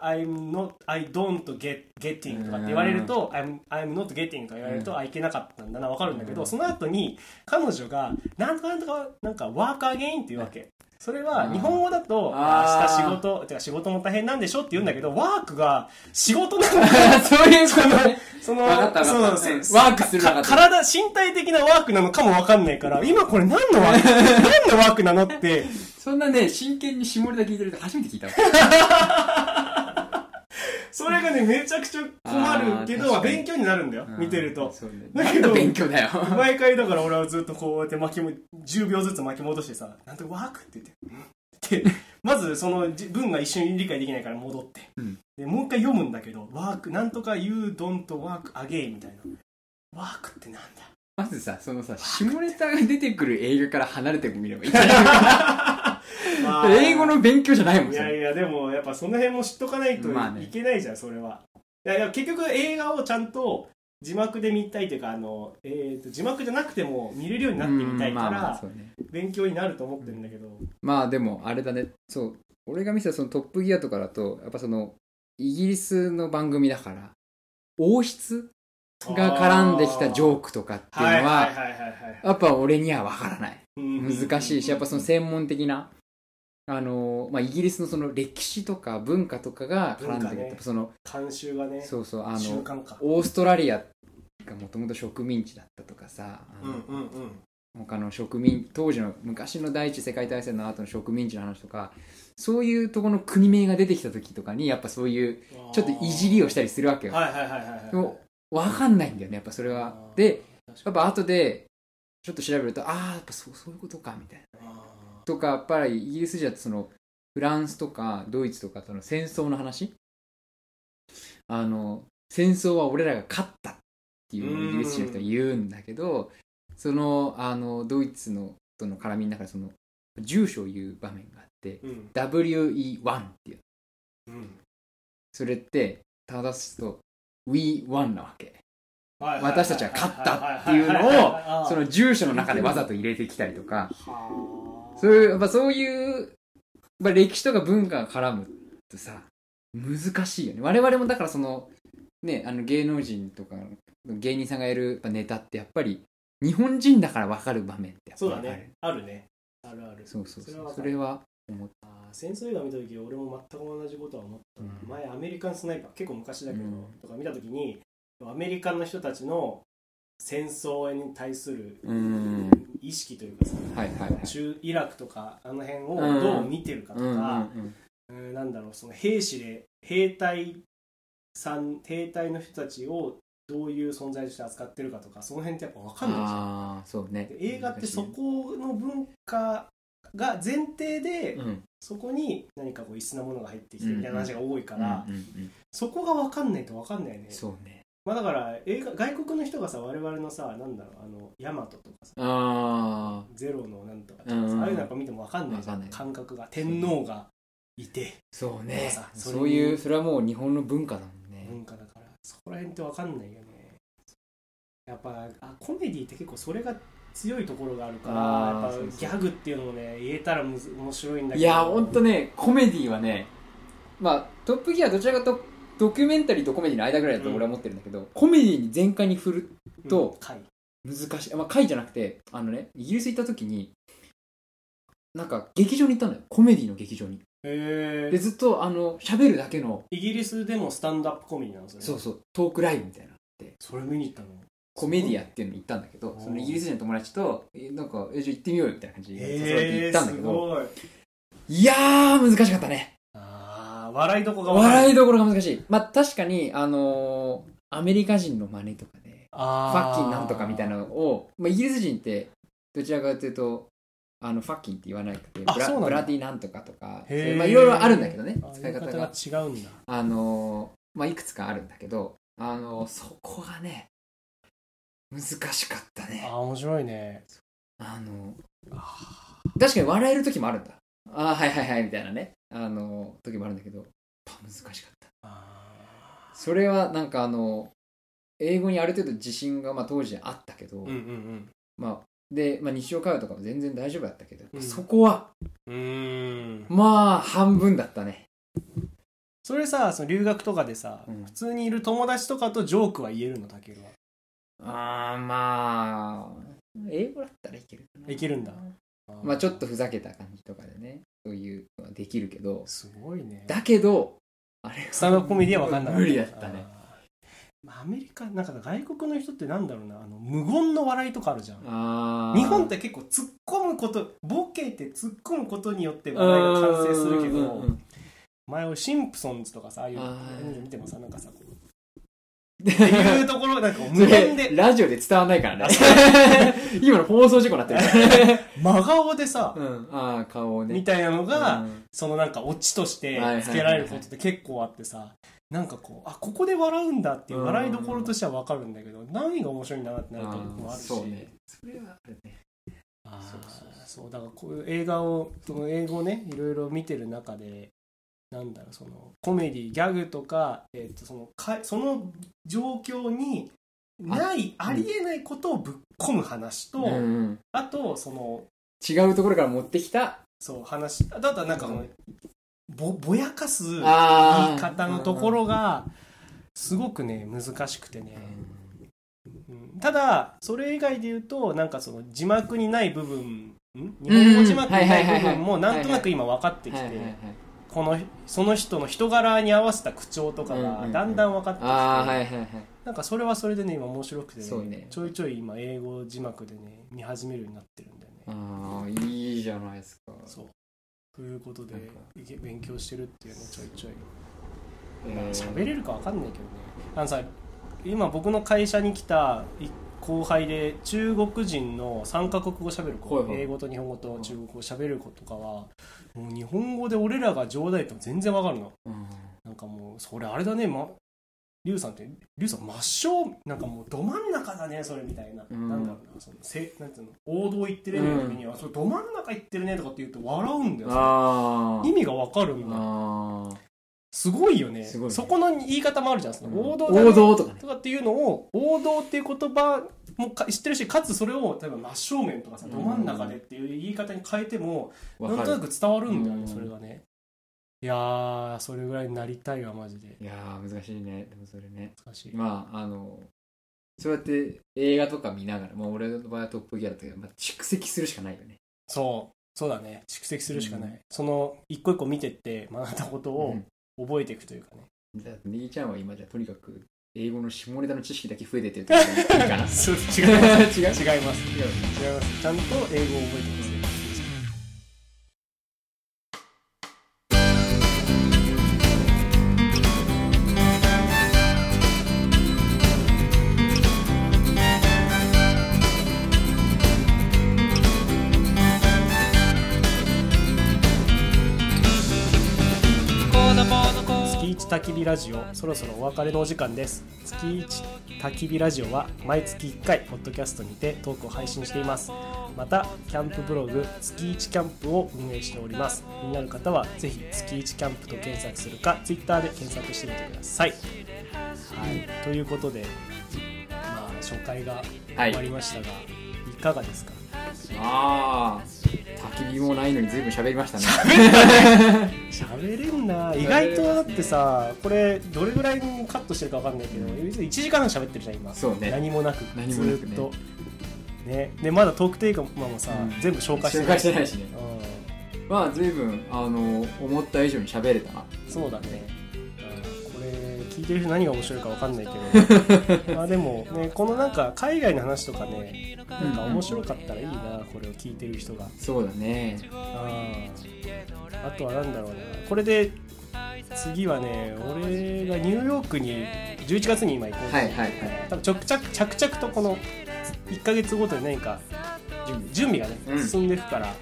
I'm not, I don't get getting とかって言われると、I'm, I'm not getting とか言われると、
うん
あ、いけなかったんだな、わかるんだけど、
うん
その後に彼女が、なんとかなんとか、なんか、work again って言うわけ。それは、日本語だと、
あ
あ明
ー
日仕事、てか仕事も大変なんでしょって言うんだけど、ワークが仕事なの
そういうことね。
その
わかったわかった。
そうせ
ワークするなかった。
体、身体的なワークなのかもわかんないから、今これ何のワーク、 何のワークなのって、
そんなね、真剣に下ネタ聞いてる人初めて聞いたわ。
それがね、めちゃくちゃ困るけ
あー確
ど、
かに
勉強になるんだよ、見てる
うん
と。
そうね。
だ
だ
け
け
ど
ど、勉 強だよ。
毎回だから俺はずっとこうやって巻きも、10秒ずつ巻き戻してさ、なんとワークって言って、うんって、まずそのじ文が一瞬理解できないから戻って、
うん
でもう一回読むんだけど、ワーク、なんとか You don't work again みたいな。ワークってなんだ
まずさ、そのさ、下ネタが出てくる映画から離れてみればいい。
まあ
英語の勉強じゃないもん
い
そ
や
れ
いやでもやっぱその辺も知っとかないと
まあね
いけないじゃん、それはいやいや結局映画をちゃんと字幕で見たいというかあの、えー、と字幕じゃなくても見れるようになってみたいから、
うんまあまあそうね
勉強になると思ってるんだけど、
まあでも、あれだね。そう。俺が見てたそのトップギアとかだと、やっぱその、イギリスの番組だから、王室が絡んできたジョークとかっていうのは、
はいはいはいはいはい
やっぱ俺にはわからない。
うん
難しいしやっぱその専門的なあの、まあ、イギリスのその歴史とか文化とかが絡
文
んでく
化
る、
ね
やっぱその
慣習がね
そうそうあ
習
の
慣か
オーストラリアがもともと植民地だったとかさあ
う
の、
んうんうん
他の植民当時の昔の第一次世界大戦の後の植民地の話とかそういうとこの国名が出てきた時とかにやっぱそういうちょっといじりをしたりするわけよ、
はいはいはいはいはい
でもわかんないんだよねやっぱそれは
あー
で
確か
やっぱ後でちょっと調べるとああやっぱそうそういうことかみたいな
に
とかやっぱりイギリスじゃそのフランスとかドイツとかとの戦争の話あの戦争は俺らが勝ったっていううんイギリス人の人は言うんだけどそのあのドイツのとの絡みの中でその住所を言う場面があって
うん
WE1 っていう
うん
それって正すと We1 なわけ
はいはいはいはい
私たちは勝ったっていうのを
はいはいはいはい
その住所の中でわざと入れてきたりとか
はあ
そういう、やっぱそういう、まあ、歴史とか文化が絡むとさ、難しいよね。我々もだからその、ね、あの芸能人とか、芸人さんがやるやっぱネタってやっぱり、日本人だから分かる場面ってやっぱ
そう
り
だ
ある。
ね。あるね。あるある。
そうそう
それ
そ
は分
う。そ
かる
れは思っ
あー戦争映画見た時俺も全く同じことは思ったな、
うん
前アメリカンスナイパー結構昔だけど、
うん
とか見た時にアメリカの人たちの戦争に対する
た。うん。
意識というかさ、
はいはいはい。
中イラクとかあの辺をどう見てるかと
うんうん
か、うんなんだろうその兵士で兵隊さん兵隊の人たちをどういう存在として扱ってるかとかその辺ってやっぱ分かんないじゃん。
ああ、そうね
で。映画ってそこの文化が前提で、
うん。
そこに何かこう異質なものが入ってきてみたいな話が多いか、
からうんうん
そこが分かんないと分かんないよね
うん、そうね。
まあ、だから映画外国の人がさ我々のさなんだろうあのヤマトとかさ
ああ、
ゼロのなんとかと
う
か
ん
さ、
うん
ああいうのやっぱ見ても分かんないじゃん
分かん
感覚が天皇がいて
そうね
そうさ。それに
そういう、それはもう日本の文化だもんね。
文化だからそこら辺って分かんないよねやっぱあコメディって結構それが強いところがあるから
あー
やっぱ
そうそう
ギャグっていうのもね言えたらむず面白いんだけど
いやほんとねコメディはねまあトップギアどちらかとドキュメンタリーとコメディの間ぐらいだと俺は思ってるんだけど、コメディに全開に振ると
うんはい
難しい、まあ、回じゃなくてあのねイギリス行った時になんか劇場に行ったのよコメディの劇場に
へ
で
え
ずっとあの喋るだけの
イギリスでもスタンドアップコメディなんですよね
そうそうトークライブみたいな
それ見に行ったの
コメディアっていうのに行ったんだけ
す
ど
ごい
そのイギリス人の友達とえなんかえじゃあ行ってみようよみたいな感じで誘われて行
へ
っ
え
たんだ
す
けど
ごい
いやー難しかったね
あー笑いどこが
笑
い
いどころが難しいまあ確かにあのーアメリカ人の真似とかねフ
あ
ァッキンなんとかみたいなのを、まあ、イギリス人ってどちらかというとあのファッキンって言わなくてブ
あそうな
ラ
んだ
ブラディなんとかとかそう
へー
いうまあいろいろあるんだけどね
あ
使い方が
言い方が違うんだ
あのーまあいくつかあるんだけどあのーそこがね難しかった
あー
ね
面白いね
あの
あ
ー確かに笑える時もあるんだああはいはいはいみたいなねあのー時もあるんだけどやっぱ難しかった
あ
それはなんかあの英語にある程度自信がまあ当時あったけど、
ーうんうん
まあで、まあ、日常会話とかも全然大丈夫だったけど、
うん
そこは
うんうーん
まあ半分だったね
それさその留学とかでさ、
うん
普通にいる友達とかとジョークは言えるのたけるは
ああまあ英語だったらいけるかない
けるんだ
まあちょっとふざけた感じとかでねそういうのはできるけど
すごいね
だけどあれ
スタンドアップコメディは分かんなかった
無理だったね
あーまあアメリカなんか外国の人ってなんだろうなあの無言の笑いとかあるじゃん
あー
日本って結構突っ込むことボケて突っ込むことによって笑いが完成するけ
うんうんう
ど
ん
前をシンプソンズとかさああいう
あー
見てもさなんかさこうっていうところなんか無言
それ
で
ラジオで伝わんないからね
あそ
今の放送事故になってるからね
真顔でさ
うんああ顔をね
みたいなのが、
うん
そのなんかオチとしてつけられることって結構あってさなんかこうあここで笑うんだっていう笑いどころとしては分かるんだけど何が面白いんだなってなるともあるし
そうねそれはあるね
あー
そうそう
そうだからこういう映画をその英語ねいろいろ見てる中でなんだろうそのコメディギャグとか,、えっとそのかその状況にないあ,、
あうん
りえないことをぶっ込む話と、
うんうん
あとその
違うところから持ってきた
そう話だったらなんかその、
う
ぼぼやかす言い
あー
方のところがすごくね難しくてね。うんただそれ以外で言うとなんかその字幕にない部分ん日本語字幕にない部分も
はいはいはいはい
なんとなく今分かってき
はいはいはい
てこのその人の人柄に合わせた口調とか
うんうん
が
うん
だんだん分かってき
ああはい
て
はいはい
なんかそれはそれでね今面白くて
そう
ね
ね
ちょいちょい今英語字幕でね見始めるようになってるんだよね。
ああいいじゃないですか
そうということで
なんか
いけ勉強してるっていうねちょいちょい。
えー
喋れるか分かんないけどねあのさ今僕の会社に来たい後輩で中国人の3カ国語喋る子、
はいはい
英語と日本語と中国語喋る子とかはもう日本語で俺らが冗談言っても全然分かるの
うん
なんかもうそれあれだねまリュウさんってリュウさん抹消なんかもうど真ん中だねそれみたいな、
うん
なんだろうなそのせなんていうの王道言ってるような時には、それど真ん中言ってるねとかって言うと笑うんだよ
ああ
意味が分かるんだよ
ああ
すごいよね
すごいね
そこの言い方もあるじゃんその王道だね
王道とかね
とかっていうのを王道っていう言葉もか知ってるしかつそれを例えば真正面とかさど真ん中でっていう言い方に変えてもな
わ
ん
か
とな
る
く伝わるんだよね
うん
それがねいやーそれぐらいになりたいわマジで
いやー難しいねでもそれね
難しい
まああのそうやって映画とか見ながらまあ俺の場合はトップギアだったけどまあ蓄積するしかないよね
そうそうだね蓄積するしかない、
うん
その一個一個見てって学んだこと
う
を
ん
覚えていくというかね、
じゃあ、ネギちゃんは今じゃあとにかく英語の下ネタの知識だけ増えてってるってことでいいかな
そう違います 違い
違う
ます違いますちゃんと英語を覚えてます月一焚き火ラジオそろそろお別れのお時間です月一焚き火ラジオは毎月1回ポッドキャストにてトークを配信していますまたキャンプブログ月一キャンプを運営しております気になる方はぜひ月一キャンプと検索するか Twitter で検索してみてください、はい、ということで、まあ、初回が
は
終わり
い
ましたが、い、かがですか
ああ焚き火もないのに随分喋りましたね
喋れんな意外とだってさこれどれぐらいにカットしてるか分かんないけど
うん
1時間半喋ってるじゃん今
そうね
何もなく
何もなくね
ずーっとねでまだトークテーマもさ、
うん
全部紹介してない
紹介してないしねまあ随分あの思った以上に喋れたな
うん、そうだね、うん、これ聞いてる人何が面白いか分かんないけ どまあでもねこのなんか海外の話とかねなんか面白かったらいいなこれを聞いてる人が
そうだね
あああとは何だろうなこれで次はね俺がニューヨークに11月に今行こうと、
はいはいはい
多分着々着々とこの1ヶ月ごとに何か準備がね
うん
進んでいくから、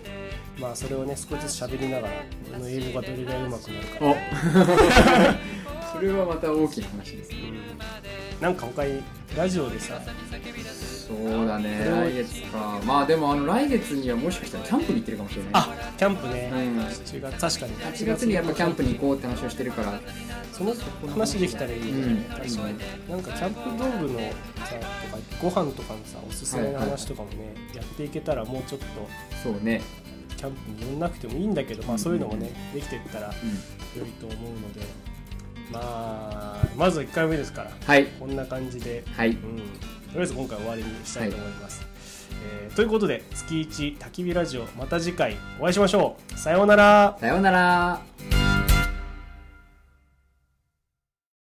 まあそれをね少しずつ喋りながら俺の英語がどれぐらいうまくなるか
お それはまた大きな話ですね
なんか他にラジオでさ
そうだね来月かまあでもあの来月にはもしかしたらキャンプに行ってるかもしれない
あキャンプね、
うん
7月確かに
8月にやっぱキャンプに行こうって話をしてるから
その話できたらいいよね、
うん
確かに、なんかキャンプ道具のさとかご飯とかのさおすすめの話とかもね、やっていけたらもうちょっと
そうね
キャンプに寄んなくてもいいんだけど、まあ、そういうのもね、できてったらよ
うん
いと思うのでまあまずは1回目ですから
はい
こんな感じで、
はい
うん、とりあえず今回は終わりにしたいと思います、えーということで月1焚き火ラジオまた次回お会いしましょうさようなら
さようなら